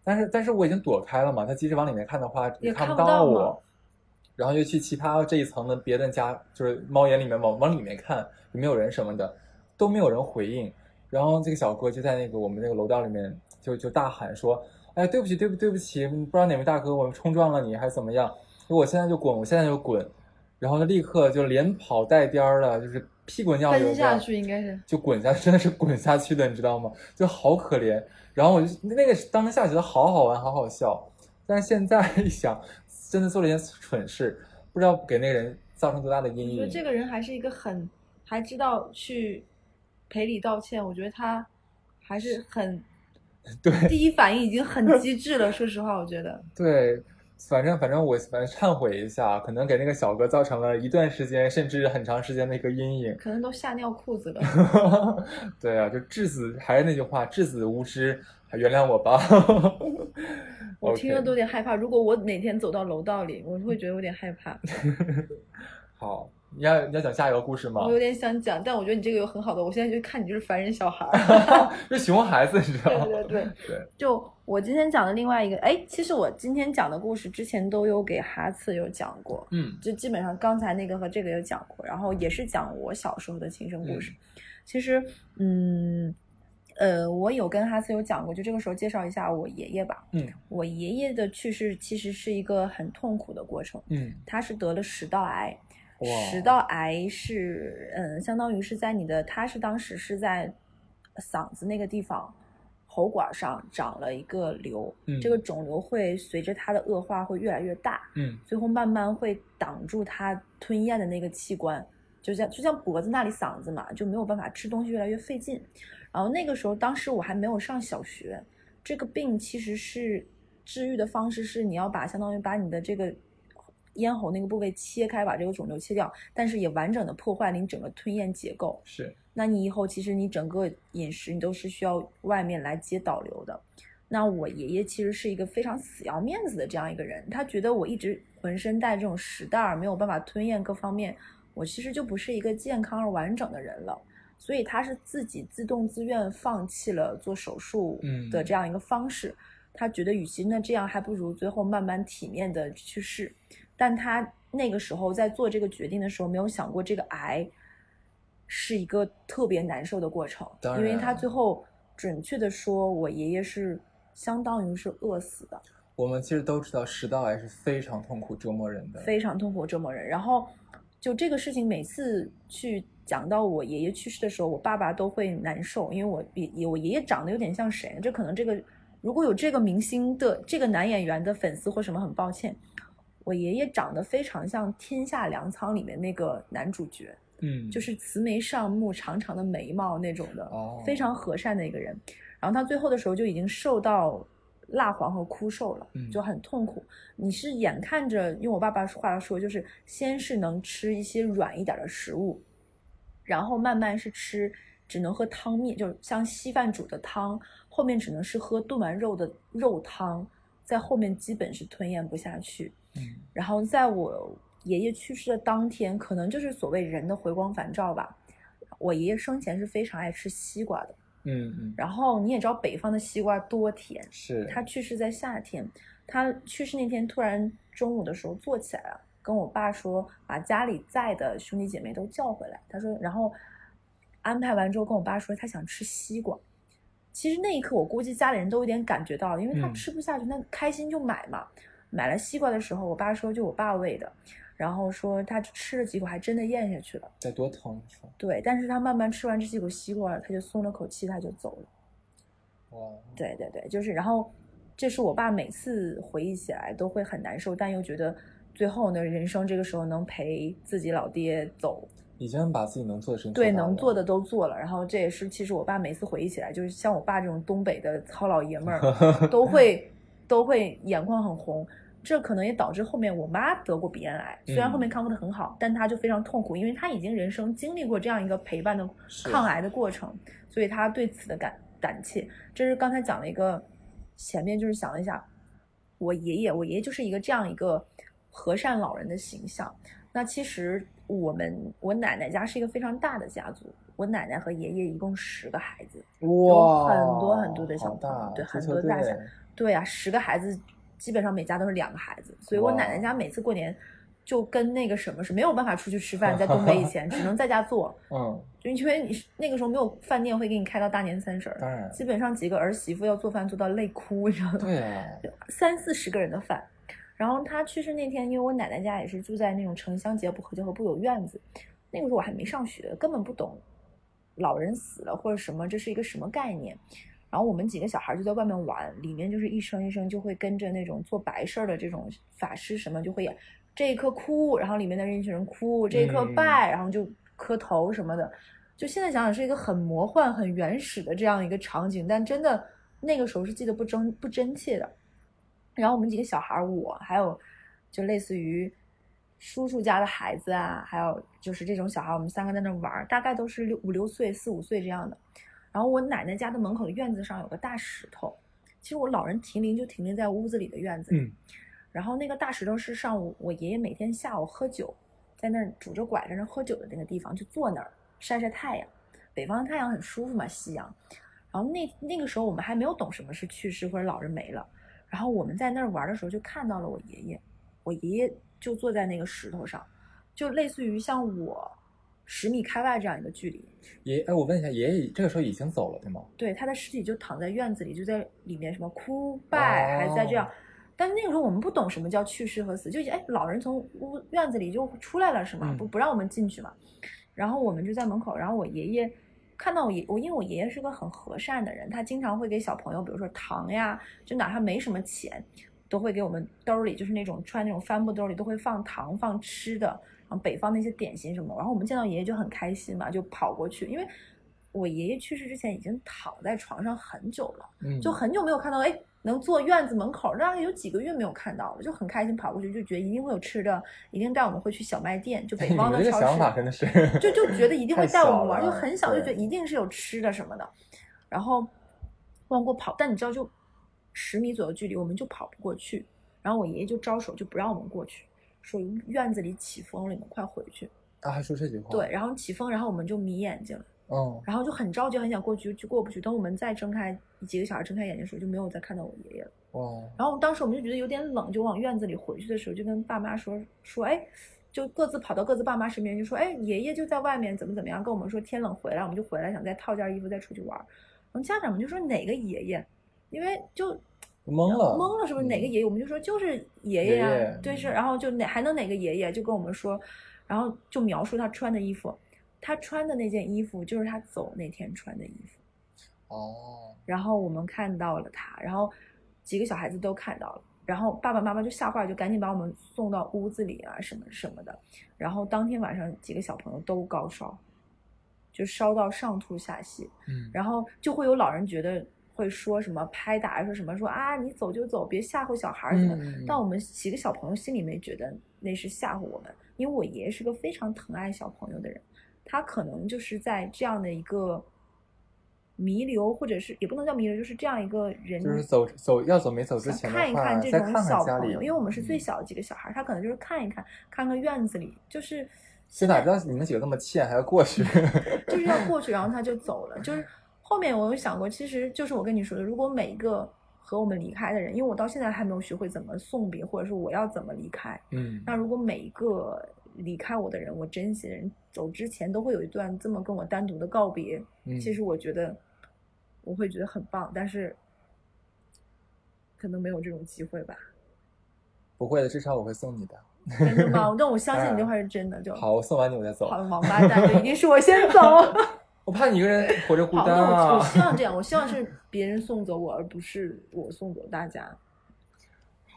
[SPEAKER 2] 但是但是我已经躲开了嘛，他即使往里面看的话
[SPEAKER 1] 也
[SPEAKER 2] 看
[SPEAKER 1] 看
[SPEAKER 2] 不
[SPEAKER 1] 不到嘛
[SPEAKER 2] 我，然后又去其他这一层的别的家，就是猫眼里面往往里面看有没有人什么的，都没有人回应，然后这个小哥就在那个我们那个楼道里面就就大喊说。哎，对不起，对不，对不起，不知道哪位大哥，我冲撞了你还是怎么样？我现在就滚，我现在就滚。然后他立刻就连跑带颠儿的，就是屁滚尿流
[SPEAKER 1] 奔
[SPEAKER 2] 的
[SPEAKER 1] 下去应该是。
[SPEAKER 2] 就滚下去，真的是滚下去的，你知道吗？就好可怜。然后我就那个当下觉得好好玩，好好笑，但是现在一想，真的做了一件蠢事，不知道给那个人造成多大的阴
[SPEAKER 1] 我觉
[SPEAKER 2] 影。
[SPEAKER 1] 得这个人还是一个很还知道去赔礼道歉，我觉得他还是很
[SPEAKER 2] 对
[SPEAKER 1] 第一反应已经很机智了。说实话，我觉得
[SPEAKER 2] 对，反正反正我反正忏悔一下，可能给那个小哥造成了一段时间，甚至很长时间的一个阴影。
[SPEAKER 1] 可能都吓尿裤子了。
[SPEAKER 2] 对啊，就至死还是那句话，至死无知，原谅我吧。
[SPEAKER 1] 我听着
[SPEAKER 2] OK
[SPEAKER 1] 都有点害怕。如果我哪天走到楼道里，我会觉得有点害怕。
[SPEAKER 2] 好。你要你要讲下一个故事吗
[SPEAKER 1] 我？有点想讲，但我觉得你这个有很好的。我现在就看你就是凡人小孩儿。
[SPEAKER 2] 这熊孩子，你知道
[SPEAKER 1] 对
[SPEAKER 2] 吗？
[SPEAKER 1] 对对。
[SPEAKER 2] 对
[SPEAKER 1] 就我今天讲的另外一个，哎，其实我今天讲的故事之前都有给哈次有讲过，
[SPEAKER 2] 嗯
[SPEAKER 1] 就基本上刚才那个和这个有讲过，然后也是讲我小时候的亲身故事。其实，嗯，呃，我有跟哈斯有讲过，就这个时候介绍一下我爷爷吧。
[SPEAKER 2] 嗯
[SPEAKER 1] 我爷爷的去世其实是一个很痛苦的过程，
[SPEAKER 2] 嗯，
[SPEAKER 1] 他是得了食道癌。
[SPEAKER 2] 哇
[SPEAKER 1] 食道癌是，嗯，相当于是在你的，他是当时是在嗓子那个地方，喉管上长了一个瘤，
[SPEAKER 2] 嗯
[SPEAKER 1] 这个肿瘤会随着它的恶化会越来越大，
[SPEAKER 2] 嗯
[SPEAKER 1] 最后慢慢会挡住它吞咽的那个器官，就像就像脖子那里、嗓子嘛，就没有办法吃东西，越来越费劲。然后那个时候，当时我还没有上小学，这个病其实是治愈的方式是你要把相当于把你的这个咽喉那个部位切开，把这个肿瘤切掉，但是也完整的破坏了你整个吞咽结构。
[SPEAKER 2] 是
[SPEAKER 1] 那你以后其实你整个饮食你都是需要外面来接导流的。那我爷爷其实是一个非常死要面子的这样一个人，他觉得我一直浑身带这种食袋儿，没有办法吞咽各方面，我其实就不是一个健康而完整的人了。所以他是自己自动自愿放弃了做手术的这样一个方式。他觉得，与其那这样，还不如最后慢慢体面的去试。但他那个时候在做这个决定的时候，没有想过这个癌是一个特别难受的过程，
[SPEAKER 2] 当
[SPEAKER 1] 因为
[SPEAKER 2] 然
[SPEAKER 1] 他最后准确的说，我爷爷是相当于是饿死的，
[SPEAKER 2] 我们其实都知道食道癌是非常痛苦折磨人的，
[SPEAKER 1] 非常痛苦折磨人。然后就这个事情，每次去讲到我爷爷去世的时候，我爸爸都会难受，因为我比我爷爷长得有点像谁，这可能这个如果有这个明星的这个男演员的粉丝或什么，很抱歉，我爷爷长得非常像《天下粮仓》里面那个男主角。
[SPEAKER 2] 嗯，
[SPEAKER 1] 就是慈眉善目、长长的眉毛那种的，
[SPEAKER 2] 哦
[SPEAKER 1] 非常和善的一个人。然后他最后的时候就已经受到蜡黄和枯瘦了，
[SPEAKER 2] 嗯
[SPEAKER 1] 就很痛苦。你是眼看着，用我爸爸话说，就是先是能吃一些软一点的食物，然后慢慢是吃只能喝汤面，就是像稀饭煮的汤，后面只能是喝炖完肉的肉汤，在后面基本是吞咽不下去。
[SPEAKER 2] 嗯
[SPEAKER 1] 然后在我爷爷去世的当天，可能就是所谓人的回光返照吧。我爷爷生前是非常爱吃西瓜的，
[SPEAKER 2] 嗯嗯，
[SPEAKER 1] 然后你也知道北方的西瓜多甜，
[SPEAKER 2] 是
[SPEAKER 1] 他去世在夏天，他去世那天突然中午的时候坐起来了，跟我爸说把家里在的兄弟姐妹都叫回来。他说，然后安排完之后跟我爸说他想吃西瓜。其实那一刻我估计家里人都有点感觉到，因为他
[SPEAKER 2] 嗯
[SPEAKER 1] 吃不下去，那开心就买嘛。买了西瓜的时候，我爸说就我爸喂的，然后说他吃了几口还真的咽下去了。
[SPEAKER 2] 得多疼是吧？
[SPEAKER 1] 对，但是他慢慢吃完这几口西瓜，他就松了口气，他就走了。
[SPEAKER 2] 哇，
[SPEAKER 1] 对对对，就是，然后这是我爸每次回忆起来都会很难受，但又觉得最后呢，人生这个时候能陪自己老爹走，
[SPEAKER 2] 已经把自己能做的事情
[SPEAKER 1] 对，
[SPEAKER 2] 到
[SPEAKER 1] 能
[SPEAKER 2] 了
[SPEAKER 1] 做的都做了。然后这也是其实我爸每次回忆起来，就是像我爸这种东北的糙老爷们 儿，都会都会眼眶很红。这可能也导致后面我妈得过鼻咽癌，虽然后
[SPEAKER 2] 嗯
[SPEAKER 1] 面康复的很好，但她就非常痛苦，因为她已经人生经历过这样一个陪伴的
[SPEAKER 2] 是
[SPEAKER 1] 抗癌的过程，所以他对此的感胆怯。这是刚才讲了一个，前面就是想了一下，我爷爷，我爷爷就是一个这样一个和善老人的形象。那其实我们我奶奶家是一个非常大的家族，我奶奶和爷爷一共十个孩子，
[SPEAKER 2] 哇，
[SPEAKER 1] 很多很多的小
[SPEAKER 2] 好
[SPEAKER 1] 朋友
[SPEAKER 2] 大，
[SPEAKER 1] 对
[SPEAKER 2] 足
[SPEAKER 1] 很
[SPEAKER 2] 球
[SPEAKER 1] 多大
[SPEAKER 2] 队
[SPEAKER 1] 小对啊，十个孩子基本上每家都是两个孩子，所以我
[SPEAKER 2] 哇
[SPEAKER 1] 奶奶家每次过年就跟那个什么是没有办法出去吃饭，在东北以前只能在家做，
[SPEAKER 2] 嗯，
[SPEAKER 1] 就因为你那个时候没有饭店会给你开到大年三十
[SPEAKER 2] 当
[SPEAKER 1] 儿，
[SPEAKER 2] 然，
[SPEAKER 1] 基本上几个儿媳妇要做饭做到累哭，你知道吗？
[SPEAKER 2] 对啊，
[SPEAKER 1] 三四十个人的饭。然后他去世那天，因为我奶奶家也是住在那种城乡结合结合部有院子，那个时候我还没上学，根本不懂老人死了或者什么，这是一个什么概念。然后我们几个小孩就在外面玩，里面就是一声一声就会跟着那种做白事儿的这种法师什么就会演这一刻哭，然后里面的那群人哭，这一刻拜，然后就磕头什么的。就现在想想是一个很魔幻、很原始的这样一个场景，但真的那个时候是记得不真不真切的。然后我们几个小孩儿，我还有就类似于叔叔家的孩子啊，还有就是这种小孩儿，我们三个在那玩儿，大概都是六五六岁、四五岁这样的。然后我奶奶家的门口的院子上有个大石头，其实我老人停灵就停灵在屋子里的院子里。
[SPEAKER 2] 嗯
[SPEAKER 1] 然后那个大石头是上午我爷爷每天下午喝酒，在那儿拄着拐在那儿喝酒的那个地方，就坐那儿晒晒太阳。北方的太阳很舒服嘛，夕阳。然后那那个时候我们还没有懂什么是去世或者老人没了。然后我们在那儿玩的时候就看到了我爷爷，我爷爷就坐在那个石头上，就类似于像我十米开外这样一个距离。
[SPEAKER 2] 爷，哎，我问一下，爷爷这个时候已经走了对吗？
[SPEAKER 1] 对，他的尸体就躺在院子里，就在里面什么哭拜，还在这样
[SPEAKER 2] 哦。
[SPEAKER 1] 但是那个时候我们不懂什么叫去世和死，就哎，老人从屋院子里就出来了是吗？
[SPEAKER 2] 嗯
[SPEAKER 1] 不不让我们进去嘛。然后我们就在门口，然后我爷爷看到我爷我，因为我爷爷是个很和善的人，他经常会给小朋友，比如说糖呀，就哪怕没什么钱，都会给我们兜里，就是那种穿那种帆布兜里都会放糖放吃的，然后北方那些点心什么。然后我们见到爷爷就很开心嘛，就跑过去，因为我爷爷去世之前已经躺在床上很久了。
[SPEAKER 2] 嗯，
[SPEAKER 1] 就很久没有看到，哎，能坐院子门口，大概有几个月没有看到了，就很开心跑过去，就觉得一定会有吃的，一定带我们会去小卖店，就北
[SPEAKER 2] 哎 你
[SPEAKER 1] 方
[SPEAKER 2] 们
[SPEAKER 1] 的
[SPEAKER 2] 这个
[SPEAKER 1] 超
[SPEAKER 2] 想法
[SPEAKER 1] 市，
[SPEAKER 2] 真的是
[SPEAKER 1] 就就觉得一定会
[SPEAKER 2] 太
[SPEAKER 1] 带我
[SPEAKER 2] 小
[SPEAKER 1] 们玩，就
[SPEAKER 2] 了啊
[SPEAKER 1] 很小就
[SPEAKER 2] 对
[SPEAKER 1] 觉得一定是有吃的什么的，然后往过跑，但你知道就十米左右距离，我们就跑不过去。然后我爷爷就招手，就不让我们过去，说院子里起风了，你们快回去。
[SPEAKER 2] 啊，还说这句话？
[SPEAKER 1] 对，，然后起风，然后我们就迷眼睛了，
[SPEAKER 2] 嗯，
[SPEAKER 1] 然后就很着急，很想过去，就过不去。等我们再睁开几个小孩睁开眼睛的时候，就没有再看到我爷爷了。
[SPEAKER 2] 哇，
[SPEAKER 1] 然后当时我们就觉得有点冷，就往院子里回去的时候，就跟爸妈说说，哎，就各自跑到各自爸妈身边，就说，哎，爷爷就在外面，怎么怎么样，跟我们说天冷回来，我们就回来，想再套件衣服再出去玩儿。然后家长们就说哪个爷爷，因为就
[SPEAKER 2] 懵了，
[SPEAKER 1] 懵了，是不是哪个
[SPEAKER 2] 嗯
[SPEAKER 1] 爷爷？我们就说就是爷爷呀、
[SPEAKER 2] 爷爷
[SPEAKER 1] 对是，
[SPEAKER 2] 嗯
[SPEAKER 1] 然后就哪还能哪个爷爷就跟我们说，然后就描述他穿的衣服，他穿的那件衣服就是他走那天穿的衣服。
[SPEAKER 2] 哦，
[SPEAKER 1] 然后我们看到了他，然后几个小孩子都看到了，然后爸爸妈妈就吓坏了，就赶紧把我们送到屋子里啊什么什么的。然后当天晚上几个小朋友都高烧，就烧到上吐下泻，
[SPEAKER 2] 嗯，
[SPEAKER 1] 然后就会有老人觉得会说什么拍打说什么说啊你走就走，别吓唬小孩儿怎么。
[SPEAKER 2] 嗯
[SPEAKER 1] 但我们几个小朋友心里没觉得那是吓唬我们，因为我爷爷是个非常疼爱小朋友的人，他可能就是在这样的一个弥留，或者是也不能叫弥留，就是这样一个人，
[SPEAKER 2] 就是走走要走没走之
[SPEAKER 1] 想
[SPEAKER 2] 前的
[SPEAKER 1] 看一
[SPEAKER 2] 话
[SPEAKER 1] 看这
[SPEAKER 2] 再
[SPEAKER 1] 种
[SPEAKER 2] 看
[SPEAKER 1] 小
[SPEAKER 2] 家
[SPEAKER 1] 朋
[SPEAKER 2] 里，
[SPEAKER 1] 友，因为我们是最
[SPEAKER 2] 嗯。
[SPEAKER 1] 小的几个小孩儿，他可能就是看一看，看看院子里，就是
[SPEAKER 2] 这
[SPEAKER 1] 现
[SPEAKER 2] 哪
[SPEAKER 1] 在
[SPEAKER 2] 知道你们几个那么欠，还要过 去？
[SPEAKER 1] 就是要过去，然后他就走了。就是后面我有想过，其实就是我跟你说的，如果每一个和我们离开的人，因为我到现在还没有学会怎么送别，或者是我要怎么离开。
[SPEAKER 2] 嗯，
[SPEAKER 1] 那如果每一个离开我的人，我珍惜的人走之前，都会有一段这么跟我单独的告别，
[SPEAKER 2] 嗯
[SPEAKER 1] 其实我觉得我会觉得很棒，但是可能没有这种机会 吧。
[SPEAKER 2] 不会的，至少我会送你的。
[SPEAKER 1] 真的吗？但我相信你这话是真的，就
[SPEAKER 2] 哎好，我送完你我再走
[SPEAKER 1] 好。王八蛋，就一定是我先走。
[SPEAKER 2] 我怕你一个人活着孤
[SPEAKER 1] 好，
[SPEAKER 2] 单
[SPEAKER 1] 那我我
[SPEAKER 2] 啊。
[SPEAKER 1] 希望这样，我希望是别人送走我，而不是我送走大家。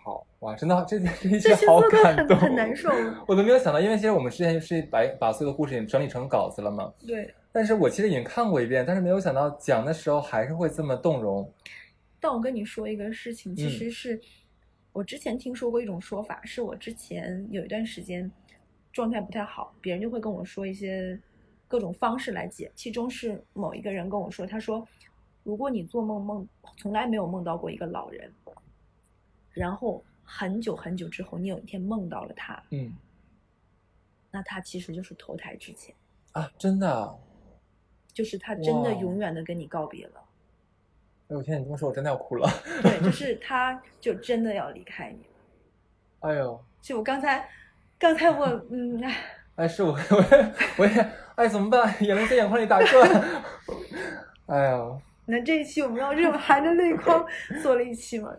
[SPEAKER 2] 好哇，真的，这这
[SPEAKER 1] 这
[SPEAKER 2] 一期
[SPEAKER 1] 些
[SPEAKER 2] 好
[SPEAKER 1] 做的
[SPEAKER 2] 感
[SPEAKER 1] 很
[SPEAKER 2] 动，
[SPEAKER 1] 很难受。
[SPEAKER 2] 我都没有想到，因为其实我们之前是把把所有的故事也整理成稿子了嘛，
[SPEAKER 1] 对，
[SPEAKER 2] 但是我其实已经看过一遍，但是没有想到讲的时候还是会这么动容。
[SPEAKER 1] 但我跟你说一个事情，其
[SPEAKER 2] 嗯
[SPEAKER 1] 实是、我之前听说过一种说法，是我之前有一段时间状态不太好，别人就会跟我说一些各种方式来解，其中是某一个人跟我说，他说，如果你做梦梦从来没有梦到过一个老人，然后很久很久之后，你有一天梦到了他，
[SPEAKER 2] 嗯
[SPEAKER 1] 那他其实就是投胎之前。
[SPEAKER 2] 啊，真的啊，
[SPEAKER 1] 就是他真的
[SPEAKER 2] 哇哦
[SPEAKER 1] 永远的跟你告别了，
[SPEAKER 2] 哎呦天，你这么说，我真的要哭了。
[SPEAKER 1] 对， 就是他就真的要离开你了。
[SPEAKER 2] 哎呦，
[SPEAKER 1] 就我刚才，刚才我嗯，唉
[SPEAKER 2] 哎，是我，我也，我也，哎，怎么办？眼泪在眼眶里打转。 哎呦，
[SPEAKER 1] 那这一期我们要热含着泪眶做了一期嘛？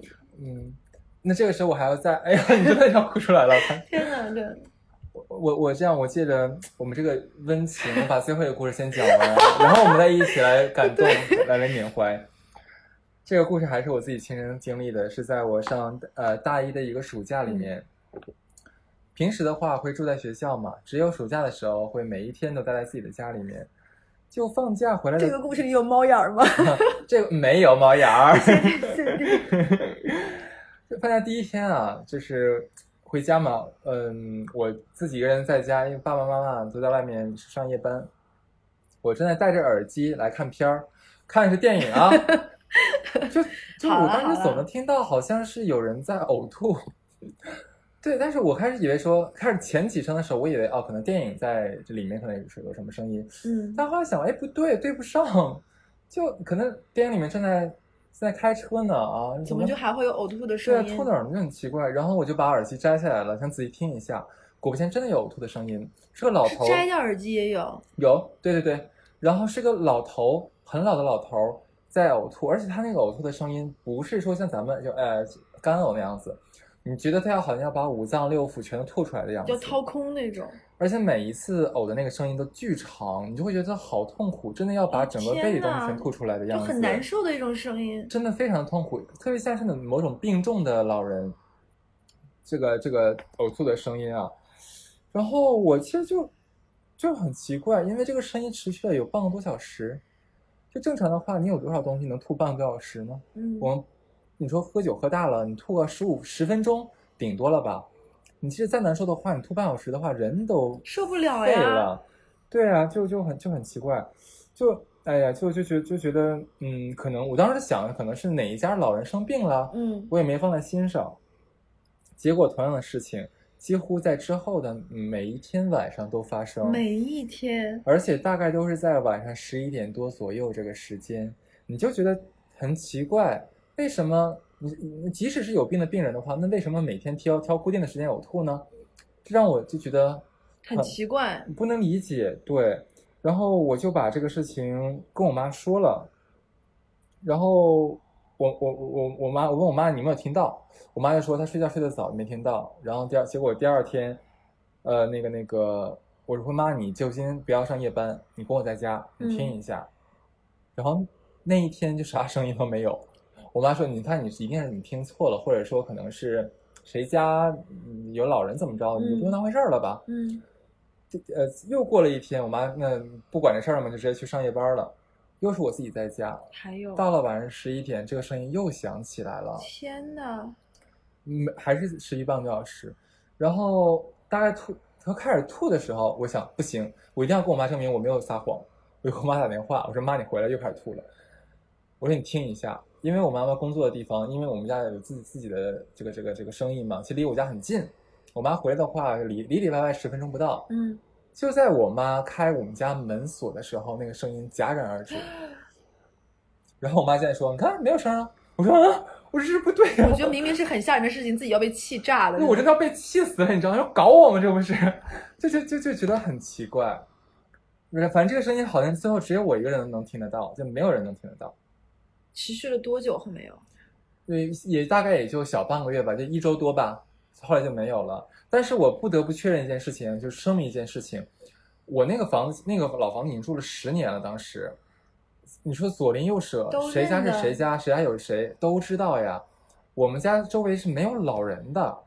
[SPEAKER 2] 嗯，那这个时候我还要再，哎呀，你真的要哭出来了。
[SPEAKER 1] 天哪，这
[SPEAKER 2] 我我我这样，我借着我们这个温情，我把最后一个故事先讲完，然后我们再一起来感动，来来缅怀。这个故事还是我自己亲身经历的，是在我上呃大一的一个暑假
[SPEAKER 1] 嗯
[SPEAKER 2] 里面。平时的话会住在学校嘛，只有暑假的时候会每一天都待在自己的家里面。就放假回来的
[SPEAKER 1] 这个故事里有猫眼儿 吗？
[SPEAKER 2] 这个没有猫眼儿。
[SPEAKER 1] 对
[SPEAKER 2] 就放假第一天啊，就是回家嘛，嗯，我自己一个人在家，因为爸爸妈妈都在外面上夜班，我正在戴着耳机来看片儿，看的是电影 啊，就就
[SPEAKER 1] 好
[SPEAKER 2] 我
[SPEAKER 1] 了
[SPEAKER 2] 当时
[SPEAKER 1] 好啊
[SPEAKER 2] 总
[SPEAKER 1] 了
[SPEAKER 2] 能听到好像是有人在呕吐， 对，但是我开始以为说，开始前几声的时候，我以为哦，可能电影在这里面可能有有什么声音，
[SPEAKER 1] 嗯，
[SPEAKER 2] 但后来想，哎，不对，对不上，就可能电影里面正在正在开车呢啊，
[SPEAKER 1] 怎么就还会有呕吐的
[SPEAKER 2] 对啊，
[SPEAKER 1] 声音？
[SPEAKER 2] 吐哪儿呢？就很奇怪。然后我就把耳机摘下来了，想仔细听一下。果不其然，真的有呕吐的声音。是个老
[SPEAKER 1] 是
[SPEAKER 2] 头，
[SPEAKER 1] 摘掉耳机也有，
[SPEAKER 2] 有，对对对。然后是个老头，很老的老头在呕吐，而且他那个呕吐的声音不是说像咱们就呃干呕那样子，你觉得他要好像要把五脏六腑全都吐出来的样子
[SPEAKER 1] 要。掏空那种，
[SPEAKER 2] 而且每一次呕的那个声音都巨长，你就会觉得好痛苦，真的要把整个
[SPEAKER 1] 哎天
[SPEAKER 2] 胃里东西
[SPEAKER 1] 呐
[SPEAKER 2] 全吐出来的
[SPEAKER 1] 就
[SPEAKER 2] 样子，
[SPEAKER 1] 很难受的一种声音。
[SPEAKER 2] 真的非常痛苦，特别像是某种病重的老人，这个这个呕吐的声音啊。然后我其实就就很奇怪，因为这个声音持续了有半个多小时。就正常的话，你有多少东西能吐半个多小时呢？
[SPEAKER 1] 嗯，
[SPEAKER 2] 我们你说喝酒喝大了，你吐个十五十分钟顶多了吧？你其实再难受的话，你吐半小时的话，人都
[SPEAKER 1] 受不了
[SPEAKER 2] 废
[SPEAKER 1] 哎呀。
[SPEAKER 2] 了。对啊，就就很就很奇怪，就哎呀，就就觉就觉得，嗯，可能我当时想的可能是哪一家老人生病了，
[SPEAKER 1] 嗯
[SPEAKER 2] 我也没放在心上。结果同样的事情几乎在之后的每一天晚上都发生，
[SPEAKER 1] 每一天，
[SPEAKER 2] 而且大概都是在晚上十一点多左右这个时间，你就觉得很奇怪，为什么你你即使是有病的病人的话，那为什么每天挑挑固定的时间呕吐呢？这让我就觉得
[SPEAKER 1] 很奇怪，
[SPEAKER 2] 不能理解，对。然后我就把这个事情跟我妈说了，然后我我我我妈我问我妈你有没有听到，我妈就说她睡觉睡得早没听到，然后第二结果第二天，呃那个那个我说妈你就今不要上夜班，你跟我在家你听一下，然后那一天就啥声音都没有，我妈说你看你是一定是你听错了，或者说可能是谁家嗯有老人怎么着，你就不用当回事儿了吧。
[SPEAKER 1] 嗯
[SPEAKER 2] 这呃，又过了一天，我妈那不管这事儿了嘛，就直接去上夜班了。又是我自己在家，
[SPEAKER 1] 还有，
[SPEAKER 2] 到了晚上十一点，这个声音又响起来了，
[SPEAKER 1] 天呐，
[SPEAKER 2] 嗯，还是持续半个小时。然后大概吐，她开始吐的时候，我想不行，我一定要跟我妈证明我没有撒谎。我就给我妈打电话，我说妈，你回来又开始吐了。我说你听一下，因为我妈妈工作的地方，因为我们家有自己自己的这个这个这个生意嘛，其实离我家很近。我妈回来的话，里里里外外十分钟不到。
[SPEAKER 1] 嗯，
[SPEAKER 2] 就在我妈开我们家门锁的时候，那个声音戛然而止。然后我妈现在说：“你看没有声啊。”我说：“啊，我说这不对呀、
[SPEAKER 1] 我觉得明明是很吓人的事情，自己要被气炸了。
[SPEAKER 2] 那我真的要被气死了，你知道吗？要搞我们这不是？就就就就觉得很奇怪。反正这个声音好像最后只有我一个人能听得到，就没有人能听得到。
[SPEAKER 1] 持续了多久？后面有？
[SPEAKER 2] 对，也大概也就小半个月吧，就一周多吧，后来就没有了。但是我不得不确认一件事情，就是声明一件事情，我那个房子，那个老房子已经住了十年了，当时，你说左邻右舍
[SPEAKER 1] 都，
[SPEAKER 2] 谁家
[SPEAKER 1] 认
[SPEAKER 2] 是
[SPEAKER 1] 得
[SPEAKER 2] 谁家，谁家有谁都知道呀。我们家周围是没有老人的，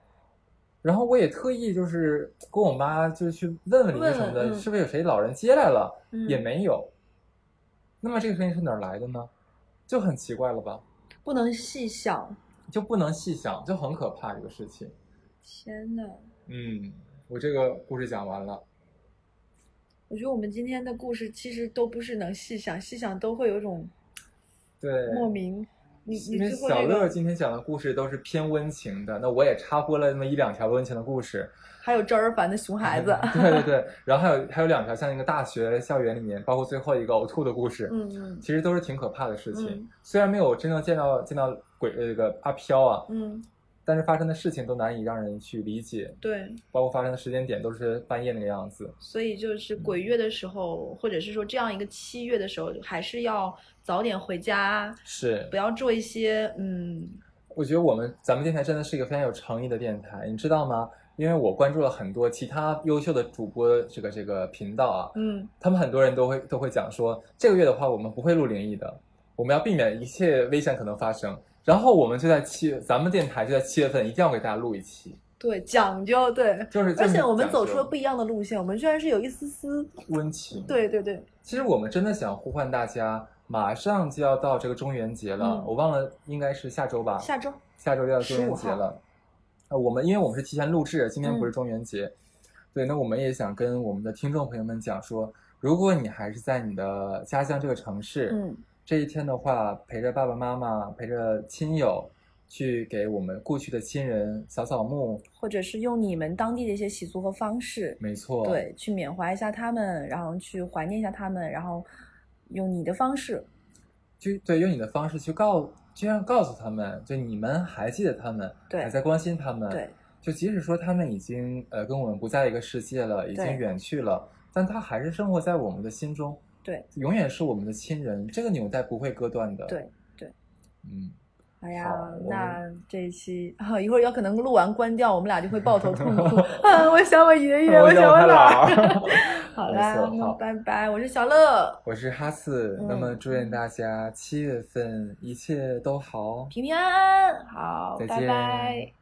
[SPEAKER 2] 然后我也特意就是跟我妈就是去问问邻居什么
[SPEAKER 1] 问
[SPEAKER 2] 的，
[SPEAKER 1] 问嗯
[SPEAKER 2] 是不是有谁老人接来了，
[SPEAKER 1] 嗯，
[SPEAKER 2] 也没有。那么这个声音是哪儿来的呢？就很奇怪了吧？
[SPEAKER 1] 不能细想。
[SPEAKER 2] 就不能细想，就很可怕这个事情。
[SPEAKER 1] 天呐，
[SPEAKER 2] 嗯，我这个故事讲完了。
[SPEAKER 1] 我觉得我们今天的故事其实都不是能细想，细想都会有一种
[SPEAKER 2] 对，
[SPEAKER 1] 莫名。你你
[SPEAKER 2] 因为
[SPEAKER 1] 最后
[SPEAKER 2] 小
[SPEAKER 1] 这
[SPEAKER 2] 乐
[SPEAKER 1] 个
[SPEAKER 2] 今天讲的故事都是偏温情的，那我也插播了那么一两条温情的故事。
[SPEAKER 1] 还有赵尔凡的熊孩 子，
[SPEAKER 2] 对对对，然后还有还有两条像那个大学校园里面，包括最后一个呕吐的故事，
[SPEAKER 1] 嗯嗯
[SPEAKER 2] 其实都是挺可怕的事情。
[SPEAKER 1] 嗯
[SPEAKER 2] 虽然没有真正见到见到鬼呃这个阿飘啊，
[SPEAKER 1] 嗯，
[SPEAKER 2] 但是发生的事情都难以让人去理解，
[SPEAKER 1] 对，
[SPEAKER 2] 包括发生的时间点都是半夜那个样子。
[SPEAKER 1] 所以就是
[SPEAKER 2] 嗯
[SPEAKER 1] 鬼月的时候，或者是说这样一个七月的时候，还是要早点回家，
[SPEAKER 2] 是
[SPEAKER 1] 不要做一些嗯
[SPEAKER 2] 我觉得我们咱们电台真的是一个非常有诚意的电台，你知道吗？因为我关注了很多其他优秀的主播这个这个频道啊，
[SPEAKER 1] 嗯
[SPEAKER 2] 他们很多人都会都会讲说，这个月的话我们不会录灵异的，我们要避免一切危险可能发生。然后我们就在七，咱们电台就在七月份一定要给大家录一期，
[SPEAKER 1] 对讲究对，
[SPEAKER 2] 就是
[SPEAKER 1] 而且我们走出了
[SPEAKER 2] 了
[SPEAKER 1] 不一样的路线，我们居然是有一丝丝
[SPEAKER 2] 温情。，
[SPEAKER 1] 对对对，
[SPEAKER 2] 其实我们真的想呼唤大家，马上就要到这个中元节了，
[SPEAKER 1] 嗯
[SPEAKER 2] 我忘了应该是下周吧，
[SPEAKER 1] 下周
[SPEAKER 2] 下周就要中元节了。呃，我们因为我们是提前录制，今天
[SPEAKER 1] 嗯
[SPEAKER 2] 不是中元节，对，那我们也想跟我们的听众朋友们讲说，如果你还是在你的家乡这个城市，
[SPEAKER 1] 嗯。
[SPEAKER 2] 这一天的话，陪着爸爸妈妈，陪着亲友，去给我们故去的亲人扫扫墓，
[SPEAKER 1] 或者是用你们当地的一些习俗和方式，
[SPEAKER 2] 没错，，
[SPEAKER 1] 对，去缅怀一下他们，然后去怀念一下他们，然后用你的方式，
[SPEAKER 2] 就对，用你的方式去告，就像告诉他们，就你们还记得他们，
[SPEAKER 1] 对
[SPEAKER 2] 还在关心他们，
[SPEAKER 1] 对，
[SPEAKER 2] 就即使说他们已经呃跟我们不在一个世界了，已经
[SPEAKER 1] 对
[SPEAKER 2] 远去了，但他还是生活在我们的心中，
[SPEAKER 1] 对，
[SPEAKER 2] 永远是我们的亲人，这个纽带不会割断的。
[SPEAKER 1] 对，
[SPEAKER 2] 嗯，
[SPEAKER 1] 哎
[SPEAKER 2] 好
[SPEAKER 1] 呀
[SPEAKER 2] 我，
[SPEAKER 1] 那这一期啊，一会儿有可能录完关掉，我们俩就会抱头痛 哭啊！我想我爷爷，想
[SPEAKER 2] 我
[SPEAKER 1] 我
[SPEAKER 2] 老
[SPEAKER 1] 姥
[SPEAKER 2] 儿
[SPEAKER 1] 儿。好
[SPEAKER 2] 没
[SPEAKER 1] 啦
[SPEAKER 2] 错，
[SPEAKER 1] 那 嗯
[SPEAKER 2] 好
[SPEAKER 1] 拜拜，我是小乐，
[SPEAKER 2] 我是哈四，
[SPEAKER 1] 嗯
[SPEAKER 2] 那么祝愿大家七月份一切都好。哦
[SPEAKER 1] 平平安安，好，
[SPEAKER 2] 再
[SPEAKER 1] 拜
[SPEAKER 2] 见
[SPEAKER 1] 拜。